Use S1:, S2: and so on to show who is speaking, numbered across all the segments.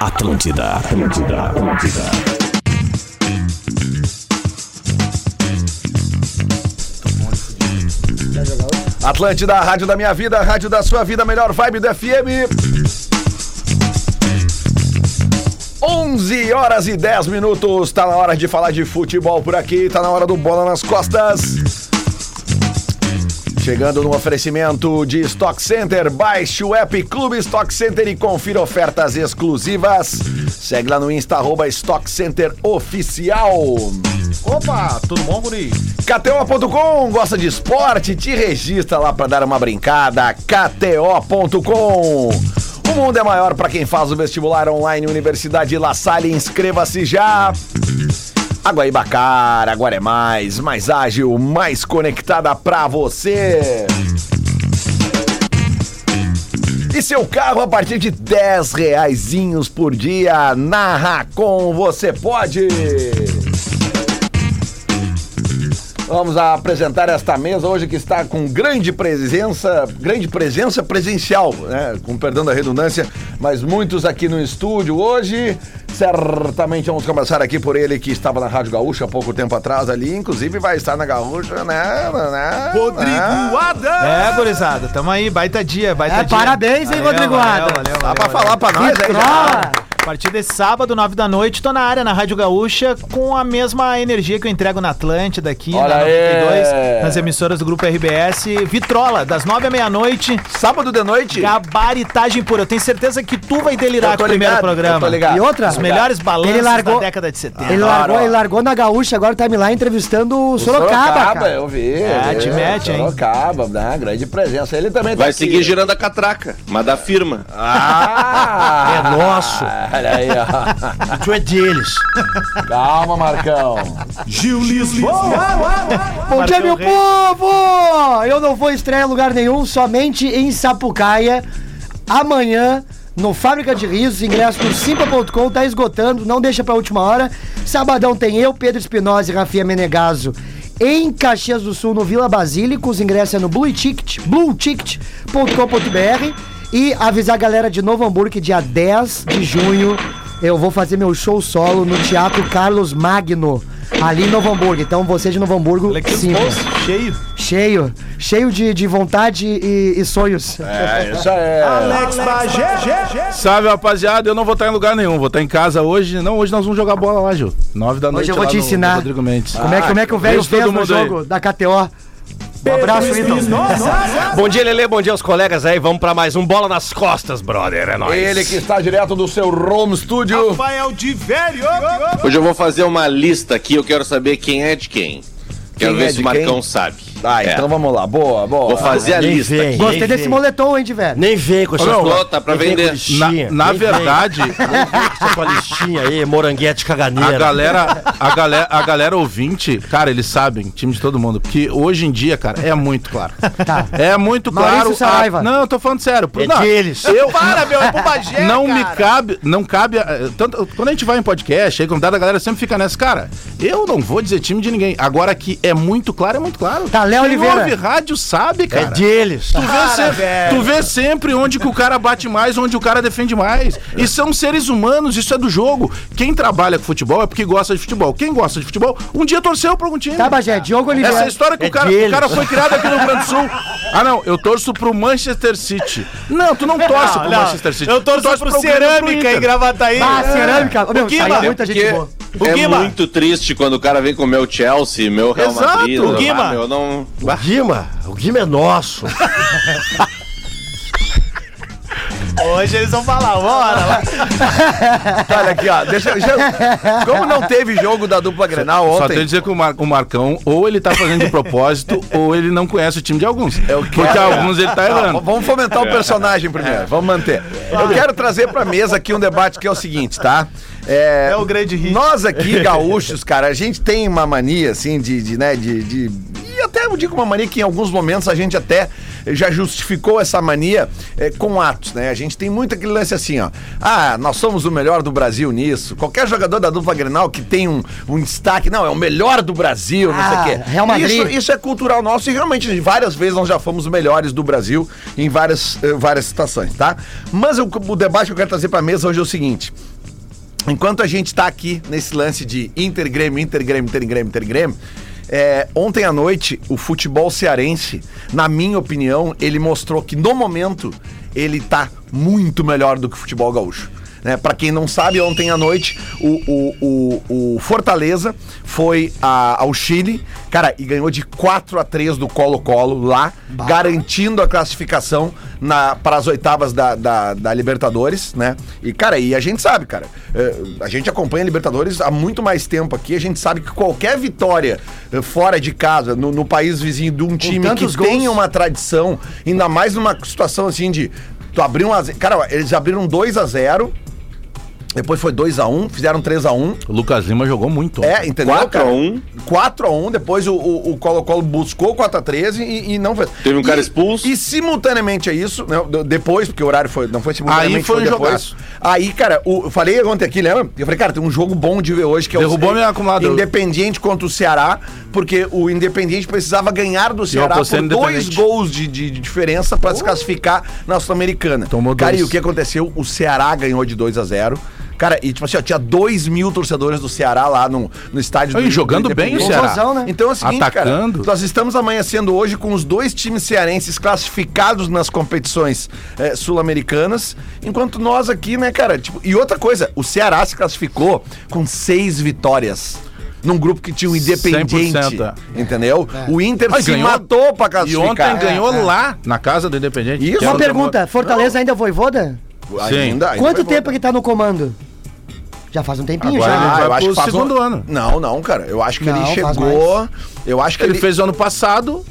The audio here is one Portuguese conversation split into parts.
S1: Atlântida, Atlântida, Atlântida.
S2: Atlântida, a rádio da minha vida, a rádio da sua vida, a melhor vibe do FM. 11 horas e 10 minutos, tá na hora de falar de futebol por aqui, tá na hora do bola nas costas. Chegando no oferecimento de Stock Center, baixe o app Clube Stock Center e confira ofertas exclusivas. Segue lá no Insta, arroba Stock Center Oficial.
S3: Opa, tudo bom, guri?
S2: KTO.com, gosta de esporte? Te registra lá pra dar uma brincada. KTO.com. O mundo é maior pra quem faz o vestibular online Universidade La Salle. Inscreva-se já. Agora é Bacar, agora é mais, mais ágil, mais conectada pra você. E seu carro a partir de 10 reaisinhos por dia. Na Racon você pode. Vamos apresentar esta mesa hoje que está com grande presença, grande presença presencial, né? Com perdão da redundância, mas muitos aqui no estúdio hoje. Certamente vamos começar aqui por ele que estava na Rádio Gaúcha há pouco tempo atrás ali, inclusive vai estar na Gaúcha, né? né
S3: Rodrigo Adam!
S4: É, gurizada, tamo aí, baita dia, baita
S5: É,
S4: dia.
S5: parabéns, hein, Rodrigo
S4: valeu,
S5: Adam.
S4: valeu,
S2: Dá
S4: valeu,
S2: pra
S4: valeu.
S2: falar pra nós aí, né? já.
S4: A partir de sábado, 9 da noite, tô na área, na Rádio Gaúcha, com a mesma energia que eu entrego na Atlântida aqui,
S2: Olha
S4: na
S2: aí.
S4: nas emissoras do Grupo RBS. Vitrola, das 9 à meia-noite,
S2: Sábado de noite?
S4: gabaritagem pura. Eu tenho certeza que tu vai delirar
S2: Eu
S4: com
S2: tô
S4: o primeiro
S2: ligado,
S4: programa.
S2: eu tô ligado.
S5: E outra?
S4: Os melhores balanços
S5: Ele largou-
S4: da década de 70.
S5: Ele,
S2: Claro,
S5: largou,
S2: ó.
S5: ele largou na gaúcha, agora tá me lá entrevistando Tá. o Sorocaba, cara.
S2: eu vi.
S4: Ah, te
S2: eu vi,
S4: mete, hein?
S2: Sorocaba, né? grande presença. Ele também tá
S6: Vai
S2: aqui.
S6: seguir girando a catraca, mas da firma.
S2: Ah!
S3: É nosso.
S2: Olha aí, ó.
S3: Tu é deles.
S2: Calma, Marcão.
S1: Gil Lisboa.
S5: Bom dia, meu
S4: Reis.
S5: povo! Eu não vou estrear em lugar nenhum, somente em Sapucaia. Amanhã, no Fábrica de Risos, ingresso no simpa.com, tá esgotando, não deixa pra última hora. Sabadão tem eu, Pedro Espinosa e Rafinha Menegaso. Em Caxias do Sul, no Vila Basílico, os ingressos é no Blue Ticket, blueticket.com.br. E avisar a galera de Novo Hamburgo que dia 10 de junho eu vou fazer meu show solo no Teatro Carlos Magno, ali em Novo Hamburgo. Então você de Novo Hamburgo,
S4: Olha que
S5: sim.
S4: bolso cheio.
S5: Cheio, cheio de, de vontade e, e sonhos.
S2: É, isso é.
S3: Salve, rapaziada. Eu não vou estar em lugar nenhum. Vou estar em casa hoje. Não, hoje nós vamos jogar bola lá, Gil. Nove da noite.
S5: Hoje eu vou
S3: lá
S5: te
S3: no- no
S5: ensinar.
S3: Rodrigo Mendes. Ah,
S5: como, é, como é que o velho
S3: Beijo todo
S5: fez no
S3: mundo aí.
S5: jogo da KTO? Um abraço, Ítalo.
S7: Bom dia, Lele, bom dia aos colegas aí. Vamos pra mais um Bola nas Costas, brother. É nóis.
S2: Ele que está direto do seu home studio.
S3: Rafael de velho.
S6: Hoje eu vou fazer uma lista aqui, eu quero saber quem é de quem. Quero
S2: Quem
S6: ver
S2: é
S6: se
S2: de
S6: o Marcão
S2: quem?
S6: sabe.
S2: Ah,
S6: É.
S2: então vamos lá. Boa, boa.
S6: Vou fazer a
S7: nem
S6: lista
S7: vem.
S6: aqui.
S5: Gostei
S7: Nem
S5: desse
S7: vem.
S5: moletom, hein, de velho?
S7: Nem vem com essa
S3: Não,
S7: tua-
S6: tá pra
S7: nem vem
S6: vender.
S7: com
S3: Na,
S7: listinha.
S3: na
S7: Nem vem.
S3: verdade,
S7: Nem vem com essa tua listinha aí, moranguete
S3: a
S7: caganeira.
S3: galera, a galera, a galera ouvinte, cara, eles sabem, time de todo mundo, porque hoje em dia, cara, é muito claro.
S5: Tá.
S3: É muito claro.
S5: Maurício Saraiva.
S3: a- Não, eu tô falando sério.
S7: É
S3: Não,
S7: deles.
S3: Eu,
S7: Para, meu, é bobagem.
S3: não me cabe, não cabe. eh, Tanto, quando a gente vai em podcast, aí convidado, a galera sempre fica nessa, cara. Eu não vou dizer time de ninguém. Agora que é muito claro, é muito claro.
S5: Tá, Léo
S3: Quem
S5: Oliveira.
S3: ouve rádio sabe,
S7: É
S3: cara.
S7: deles.
S3: Tu vê, sempre, tu vê sempre onde que o cara bate mais, onde o cara defende mais. E são seres humanos, isso é do jogo. Quem trabalha com futebol é porque gosta de futebol. Quem gosta de futebol, um dia torceu pra algum time.
S5: Tá, Bagé, Diogo Oliveira.
S3: Ah, Essa história que
S7: É
S3: o, cara,
S7: deles.
S3: o cara foi criado aqui no Rio Grande do Sul. Ah, não, eu torço pro Manchester City. Não, tu não torce pro Manchester City.
S7: Eu torço
S3: Tu torce
S7: pro
S3: Grêmio e pro
S7: Cerâmica
S3: Inter.
S7: em Gravataí.
S5: Ah,
S4: É.
S3: é
S5: cerâmica. Ô, meu,
S3: um
S7: O Guima.
S5: saiu
S6: Até
S5: muita gente
S6: porque
S5: boa.
S7: O
S6: É
S7: Guima.
S6: muito triste quando o cara vem com o meu Chelsea, meu Real
S3: Exato.
S6: Madrid.
S3: O
S7: Guima.
S6: Ah, meu, não...
S7: O Guima. O Guima é nosso. Hoje eles vão falar, bora lá.
S2: Tá, Olha aqui, ó. Deixa, já- como não teve jogo da dupla Grenal
S3: Só tenho que
S2: ontem,
S3: dizer que o, Mar- o Marcão, ou ele tá fazendo de propósito, ou ele não conhece o time de alguns.
S2: É
S3: Porque alguns ele tá
S2: Ah,
S3: errando. É.
S2: vamos fomentar o personagem primeiro. Vamos manter. Eu quero trazer pra mesa aqui um debate que é o seguinte, tá? É,
S7: É o grande hit.
S2: Nós aqui, gaúchos, cara, a gente tem uma mania, assim, de, de, né, de, de- E até eu digo uma mania que em alguns momentos a gente até já justificou essa mania eh, com atos, né? A gente tem muito aquele lance assim, ó. Ah, nós somos o melhor do Brasil nisso. Qualquer jogador da dupla Grenal que tem um, um destaque, não, é o melhor do Brasil, não sei o
S5: Ah,
S2: quê.
S5: Real Madrid.
S2: Isso, isso é cultural nosso e realmente várias vezes nós já fomos melhores do Brasil em várias, eh, várias situações, tá? Mas eu- o debate que eu quero trazer pra mesa hoje é o seguinte. Enquanto a gente tá aqui nesse lance de Inter Grêmio, Inter Grêmio, Inter Grêmio, Inter Grêmio, é, ontem à noite o futebol cearense, na minha opinião, ele mostrou que no momento ele tá muito melhor do que o futebol gaúcho. Né? Para quem não sabe, ontem à noite o, o, o, o Fortaleza foi a- ao Chile, cara, e ganhou de 4 a 3 do Colo-Colo lá, garantindo a classificação para as oitavas da, da- da Libertadores, né? E, cara, e a gente sabe, cara, eh, a gente acompanha a Libertadores há muito mais tempo aqui, a gente sabe que qualquer vitória eh, fora de casa, no, no país vizinho de um time que
S5: tantos gols.
S2: tem uma tradição, ainda mais numa situação assim de. Tu abriu um a ze- Cara, eles abriram 2 a 0 depois foi 2x1, fizeram 3x1.
S3: O Lucas Lima jogou muito. ontem.
S2: É, entendeu?
S6: 4 a 1.
S2: 4x1, depois o- o o Colo-Colo buscou 4x13 e, e não fez.
S6: Teve um cara
S2: E-
S6: expulso.
S2: E simultaneamente a isso, né, de- depois, porque o horário foi, não foi simultaneamente,
S3: Aí foi um
S2: depois.
S3: jogaço.
S2: Aí, cara, o- eu falei ontem aqui, lembra? Eu falei, cara, tem um jogo bom de ver hoje que
S3: Derrubou
S2: é o
S3: meu acumulador.
S2: Independiente contra o Ceará, porque o Independiente precisava ganhar do Ceará por
S3: apostando
S2: dois
S3: Independente. Oh.
S2: gols de, de- de diferença pra se classificar na Sul-Americana.
S3: Tomou
S2: Cara,
S3: dois.
S2: e o que aconteceu? O Ceará ganhou de 2 a 0 Cara, e tipo assim, ó, tinha 2 mil torcedores do Ceará lá no, no estádio
S3: Aí, jogando bem o
S2: Independente.
S3: Ceará.
S5: Confusão, né?
S2: Então é o seguinte,
S3: Atacando.
S2: cara, nós estamos amanhecendo hoje com os dois times cearenses classificados nas competições eh, sul-americanas, enquanto nós aqui, né, cara, tipo, e outra coisa, o Ceará se classificou com seis vitórias. Num grupo que tinha o Independiente,
S3: 100%,
S2: entendeu?
S5: É.
S2: O Inter
S3: é. Mas
S2: se
S3: ganhou.
S2: matou pra
S3: E
S2: classificar.
S3: ontem ganhou
S2: É, é.
S3: lá, na casa do Independente.
S2: Isso.
S3: que é
S5: Uma
S3: era-
S5: pergunta, Fortaleza ainda é voivoda?
S2: É, Ainda,
S3: é
S2: ainda
S5: Quanto
S2: foi
S5: tempo
S2: bom.
S5: que tá no comando? Já faz um tempinho
S3: Agora
S5: já.
S3: ele
S5: né?
S3: vai
S2: Ah, eu acho
S3: pro
S2: que faz
S3: segundo
S2: um-
S3: ano.
S2: Não, não, cara. Eu acho que
S5: Não,
S2: ele
S5: faz
S2: chegou. Eu acho que
S3: Ele
S2: ele,
S3: fez o ano passado.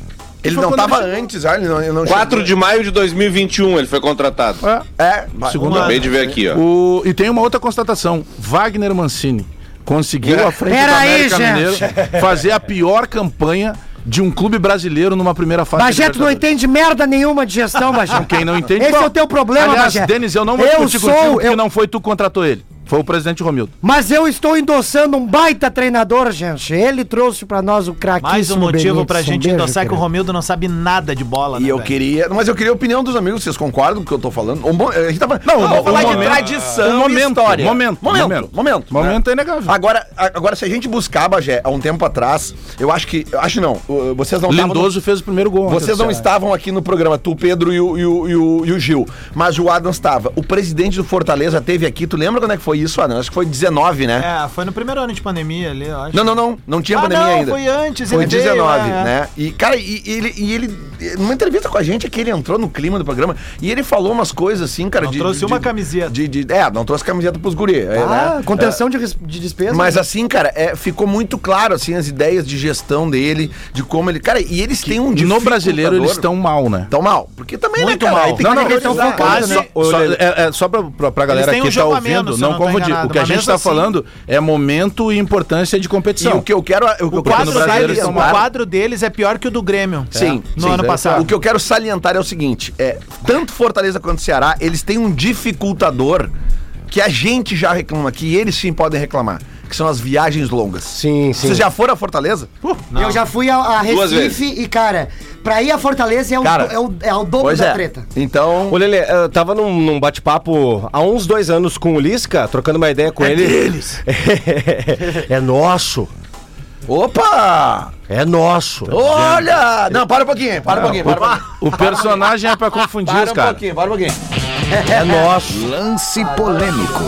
S2: ele
S3: foi
S2: não
S3: quando
S2: tava
S3: chegou.
S2: antes, ah, ele não, ele não
S6: 4
S2: chegou.
S6: de maio de 2021 ele foi contratado.
S2: É,
S3: Segundo
S2: uma-
S6: Acabei de ver aqui, ó.
S3: É. O- e tem uma outra constatação. Wagner Mancini conseguiu à frente
S5: Pera
S3: do
S5: É. aí,
S3: América
S5: gente.
S3: Mineiro fazer a pior campanha de um clube brasileiro numa primeira fase.
S5: Bagé,
S3: da
S5: tu não
S3: Libertadores.
S5: entende merda nenhuma de gestão, Bagé.
S3: Quem não entende...
S5: Esse
S3: bom.
S5: é o teu problema,
S3: Aliás,
S5: Bagé.
S3: Denis, eu não vou
S5: Eu
S3: discutir
S5: sou-
S3: contigo porque
S5: eu-
S3: não foi tu que contratou ele. Foi o presidente Romildo.
S5: Mas eu estou endossando um baita treinador, gente. Ele trouxe pra nós o craque.
S4: Mais um motivo pra gente endossar que o
S5: Romero.
S4: Romildo não sabe nada de bola,
S2: E
S4: né,
S2: eu
S4: velho?
S2: queria. Mas eu queria a opinião dos amigos, vocês concordam com o que eu tô falando? O mo- a gente tá falando- Não,
S3: o
S2: vamos falar de
S3: momento-
S2: tradição.
S3: o
S2: e
S3: momento,
S2: história.
S3: momento,
S2: momento.
S3: momento.
S2: Momento,
S3: Momento é inegável.
S2: Agora, a- agora, se a gente buscar, Bagé, há um tempo atrás, eu acho que. eu Acho não. uh, Vocês não estavam no-
S3: Lindoso fez o primeiro gol. ontem tá
S2: Vocês
S3: do
S2: não
S3: Ceará.
S2: estavam aqui no programa, tu, Pedro e o, e o- e o- e o Gil. Mas o Adams estava. O presidente do Fortaleza teve aqui, tu lembra quando é que foi isso, Adams? Acho que foi 19, né?
S4: É, foi no primeiro ano de pandemia ali, eu acho.
S2: Não, não, não. Não tinha
S4: Ah,
S2: pandemia
S4: não,
S2: ainda.
S4: foi antes,
S2: Foi
S4: ele veio,
S2: 19,
S4: é, é.
S2: né? E, cara, e, e ele, e ele- Numa entrevista com a gente, é que ele entrou no clima do programa e ele falou umas coisas assim, cara.
S4: Não trouxe uma camiseta.
S2: de- de- é, não trouxe camiseta pros guri. é,
S5: Ah,
S2: né?
S5: contenção de, res- de despesa.
S2: Mas assim, cara, é, ficou muito claro assim as ideias de gestão dele, de como ele, cara, e eles têm um
S3: No brasileiro eles
S2: dificultador-
S3: estão mal, né?
S2: tão mal, porque também
S4: Muito
S2: né, cara,
S4: mal.
S2: aí tem
S3: Não,
S2: que
S3: não, eles
S2: valorizar.
S5: tão focados,
S3: Só,
S5: né?
S3: só, é, é, só pra, pra, pra galera
S4: têm um
S3: que tá
S4: jogo a
S3: ouvindo,
S4: menos, se eu
S3: não
S4: não tô
S3: confundir.
S4: enganado,
S3: O que a
S4: mas
S3: gente
S4: mesmo
S3: tá
S4: assim-
S3: falando é momento e importância de
S2: E
S3: competição.
S2: o que eu quero, o que
S4: O
S2: eu quero
S4: quadro,
S3: brasileiro
S4: deles,
S3: eles
S4: o
S3: tomaram.
S4: quadro deles é pior que o do Grêmio.
S2: Sim,
S4: No
S2: sim,
S4: ano
S2: é
S4: passado.
S2: claro. O que eu quero salientar é o seguinte: é, tanto Fortaleza quanto Ceará, eles têm um dificultador que a gente já reclama, que eles sim podem reclamar, que são as viagens longas.
S5: Sim, sim.
S2: Vocês já foram a Fortaleza?
S7: Uh,
S5: Eu já fui a, a
S6: Duas
S5: Recife e, cara, pra ir a Fortaleza é o,
S2: Cara,
S5: é o, é o dobro
S2: pois
S5: da
S2: é.
S5: treta.
S2: Então.
S7: Ô, Lelê, eu tava num, num bate-papo há uns dois anos com o Lisca, trocando uma ideia com ele. é nosso.
S2: Opa!
S7: É nosso. Tá
S2: Olha! Não, para um pouquinho, para um pouquinho, para, para,
S3: O personagem é pra confundir os
S2: para um
S3: caras.
S2: pouquinho, para um pouquinho.
S7: É nosso.
S1: Lance polêmico.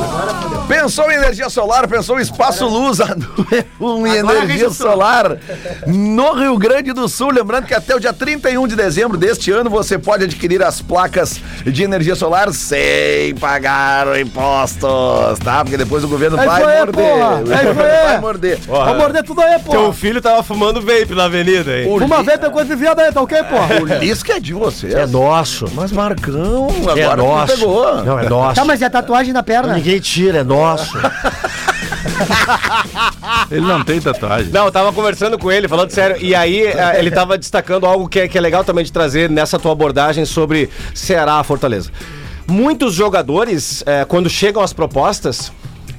S2: Pensou em energia solar, pensou em espaço luz, um em energia solar no Rio Grande do Sul. Lembrando que até o dia 31 de dezembro deste ano você pode adquirir as placas de energia solar sem pagar impostos, tá? Porque depois o governo
S5: Aí
S2: vai
S5: foi,
S2: morder.
S5: porra.
S2: O
S5: Aí
S2: governo
S5: foi.
S2: vai morder.
S5: Vou morder tudo aí, pô.
S7: filho tava fumando vape na avenida aí.
S5: Uma vez pegou esse viado aí, tá ok, pô?
S2: Isso que é de vocês.
S7: É nosso.
S2: Mas Marcão,
S7: É
S2: agora tu
S7: nosso.
S2: pegou.
S7: Não, é nosso.
S5: Tá, mas é a tatuagem na perna?
S7: Ninguém tira, é nosso.
S3: Ele não tem tatuagem.
S7: Não, eu tava conversando com ele, falando sério, e aí eh, ele tava destacando algo que é, que é legal também de trazer nessa tua abordagem sobre Ceará Fortaleza. Muitos jogadores, eh, quando chegam as propostas,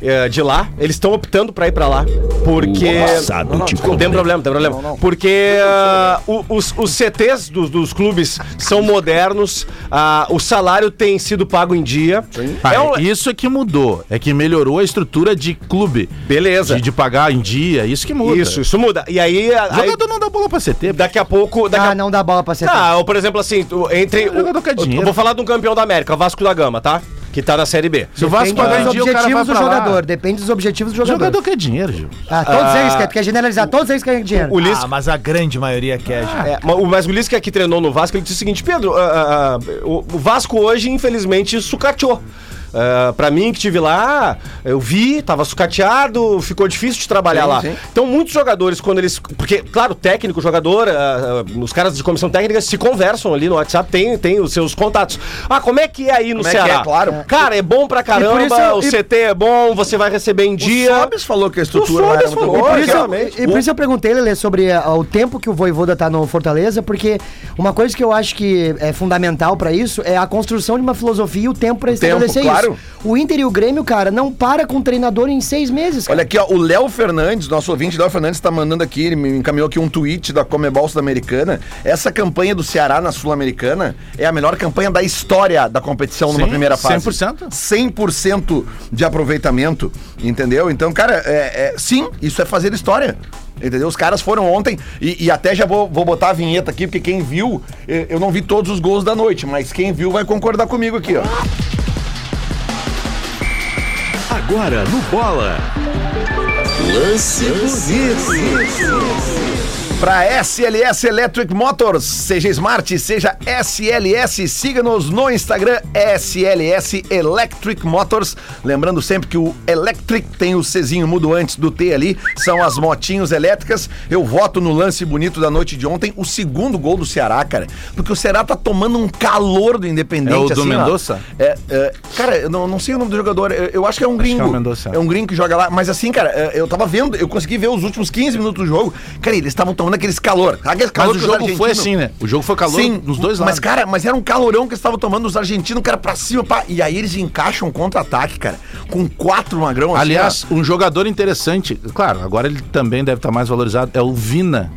S7: eh, de lá, eles estão optando pra ir pra lá. Porque.
S1: Passado
S7: Não, não,
S1: te
S7: não tem um problema, não tem problema. Porque ah, o- os, os CTs dos, dos clubes são modernos, ah, o salário tem sido pago em dia.
S3: Pai,
S7: É um-
S3: Isso é que mudou. É que melhorou a estrutura de clube.
S7: Beleza.
S3: De, de pagar em dia, isso que muda.
S7: Isso, isso muda. E aí, a- aí
S3: Jogador não dá bola pra CT.
S7: daqui a pouco. Daqui a
S5: Ah, não dá bola pra ser.
S7: Não, por exemplo, assim, tu- entre.
S3: Jogador
S7: o-
S3: quer dinheiro.
S7: eu vou falar de um campeão da América, Vasco da Gama, tá? Que tá na Série B.
S3: Se o Vasco pagar
S5: Depende
S3: em
S5: dos
S3: dia, o cara vai
S5: objetivos do
S3: pra lá.
S5: jogador. Depende dos objetivos do
S3: O
S5: jogador.
S3: jogador quer dinheiro, Gil.
S5: Ah, todos
S7: Ah,
S5: eles querem, porque generalizar, todos eles querem dinheiro.
S7: O Lisca.
S4: Ah, mas a grande maioria quer, gente.
S7: É, mas o- mas o Lisca que treinou no Vasco, ele disse o seguinte, Pedro, ah, ah, ah, o o Vasco hoje, infelizmente, sucateou. Ah, pra mim que tive lá, eu vi, tava sucateado, ficou difícil de trabalhar lá. Então, muitos jogadores, quando eles. Porque, claro, técnico, jogador, ah, ah, os caras de comissão técnica se conversam ali no WhatsApp, tem, tem os seus contatos. Ah, como é que é aí no
S2: Como é que
S7: Ceará?
S2: é, claro.
S7: Cara, é bom pra caramba,
S5: isso eu-
S7: o
S5: e-
S7: CT é bom, você vai receber em dia.
S2: O Sobis falou que a estrutura
S7: O
S2: lá era
S7: Sobis
S2: muito
S7: falou,
S5: E
S2: boa.
S5: por, isso,
S7: realmente.
S5: eu- e por isso eu perguntei, Lelê, sobre ah, o tempo que o Voivoda tá no Fortaleza, porque uma coisa que eu acho que é fundamental pra isso é a construção de uma filosofia e o tempo pra
S2: tempo,
S5: estabelecer
S2: claro.
S5: isso. O Inter e o Grêmio, cara, não para com o treinador em seis meses, cara.
S2: Olha aqui, ó, o Léo Fernandes, nosso ouvinte, Léo Fernandes está mandando aqui, ele me encaminhou aqui um tweet da Comebol Sul-Americana. Essa campanha do Ceará na Sul-Americana é a melhor campanha da história da competição numa
S3: Sim,
S2: primeira fase.
S3: 100%.
S2: 100% de aproveitamento, entendeu? Então, cara, é- é- sim, isso é fazer história. Entendeu? Os caras foram ontem e, e até já vou, vou botar a vinheta aqui, porque quem viu, eh, eu não vi todos os gols da noite, mas quem viu vai concordar comigo aqui, ó.
S1: Agora no Bola. Lance bonito.
S2: Para SLS Electric Motors, seja Smart, seja SLS, siga-nos no Instagram SLS Electric Motors. Lembrando sempre que o Electric tem o Czinho mudo antes do T ali, são as motinhos elétricas. Eu voto no lance bonito da noite de ontem, o segundo gol do Ceará, cara, porque o Ceará tá tomando um calor do Independente. assim,
S3: É o do
S2: ó.
S3: Mendonça?
S2: É, é, cara, eu não, não sei o nome do jogador, eu, eu acho que é um
S3: que é
S2: gringo.
S3: o Mendonça.
S2: É um um gringo que joga lá. Mas assim, cara, eh, eu tava vendo, eu consegui ver os últimos 15 minutos do jogo. Cara, eles estavam tomando aqueles calor. Sabe Aquele
S3: Mas
S2: calor
S3: o
S2: que os
S3: jogo foi
S2: argentinos-
S3: assim, né? O jogo foi calor
S2: Sim,
S3: nos dois
S2: Mas,
S3: lados.
S2: cara, mas era um calorão que eles estavam tomando os argentinos, cara, pra cima, pá. E aí eles encaixam um contra-ataque, cara, com quatro magrão assim,
S3: Aliás, um jogador interessante, claro, agora ele também deve estar mais valorizado, é o Vina.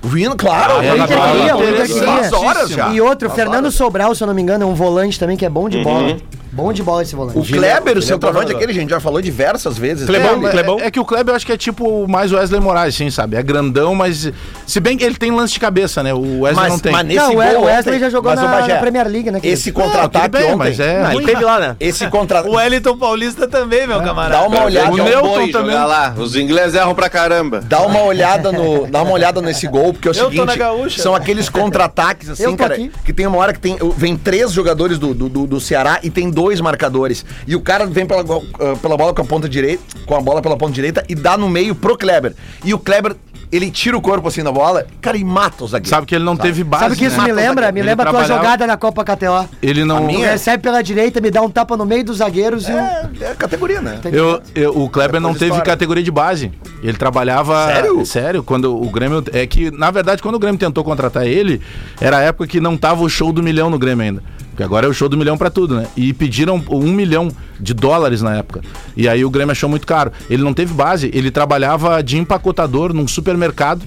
S2: ó. vindo, claro.
S3: Ah, é,
S2: ele
S5: Inter
S2: tá-
S5: queria, o Inter
S2: Interessante. Faz horas
S5: queria.
S2: já. Tá
S5: E outro,
S2: Faz
S5: Fernando
S2: horas.
S5: Sobral, se eu não me engano, é um volante também que é bom de bola. Bom de bola esse volante.
S2: O Kleber, o
S7: Gil é
S2: centroavante,
S7: jogador.
S2: aquele, gente, já falou diversas vezes. né?
S7: Clebão,
S2: Kleber-
S7: Clebão.
S3: É, é que o Kleber eu acho que é tipo mais Wesley Moraes, sim, sabe? É grandão, mas. Se bem que ele tem lance de cabeça, né? O Wesley
S2: Mas-
S3: não tem.
S2: mas nesse
S5: Não, é, o
S2: gol
S5: Wesley
S2: ontem-
S5: já jogou
S2: mas, ô,
S5: na-
S2: Bagé,
S5: na Premier League, né, querido?
S2: Esse
S3: tudo
S2: contra-ataque
S3: bem,
S2: ontem...
S3: mas é
S7: Ah,
S3: ruim.
S7: ele teve lá, né?
S2: Esse contra...
S4: O Wellington Paulista também, meu camarada.
S2: Dá uma olhada...
S6: o
S2: é um
S3: Newton
S6: boi
S3: também.
S6: jogar lá. Os ingleses erram pra caramba.
S2: Dá uma olhada no, dá uma olhada nesse gol, porque é o
S4: Eu tô
S2: seguinte,
S4: na gaúcha.
S2: são aqueles contra-ataques
S5: Eu
S2: assim,
S5: tô
S2: cara,
S5: aqui.
S2: que tem uma hora que tem, vem três jogadores do, do, do- do Ceará e tem dois marcadores. E o cara vem pela, go- ah, pela bola com a ponta direita, com a bola pela ponta direita e dá no meio pro Kleber. E o Kleber, ele tira o corpo assim da bola, cara, e mata o zagueiro.
S3: Sabe que ele não teve base.
S5: Sabe o que isso
S3: né?
S5: me lembra? Me
S3: Ele
S5: lembra a tua
S3: trabalhava-
S5: jogada na Copa KTO.
S3: Ele não. é
S5: Tu recebe pela direita, me dá um tapa no meio dos zagueiros e um...
S2: É, é categoria, né?
S3: Eu, eu- o Kleber não teve
S2: história.
S3: categoria de base. Ele trabalhava.
S2: Sério?
S3: Sério, quando o Grêmio. É que, na verdade, quando o Grêmio tentou contratar ele, era a época que não tava o show do milhão no Grêmio ainda. Porque agora é o show do milhão pra tudo, né? E pediram um milhão de dólares na época. E aí o Grêmio achou muito caro. Ele não teve base, ele trabalhava de empacotador num supermercado.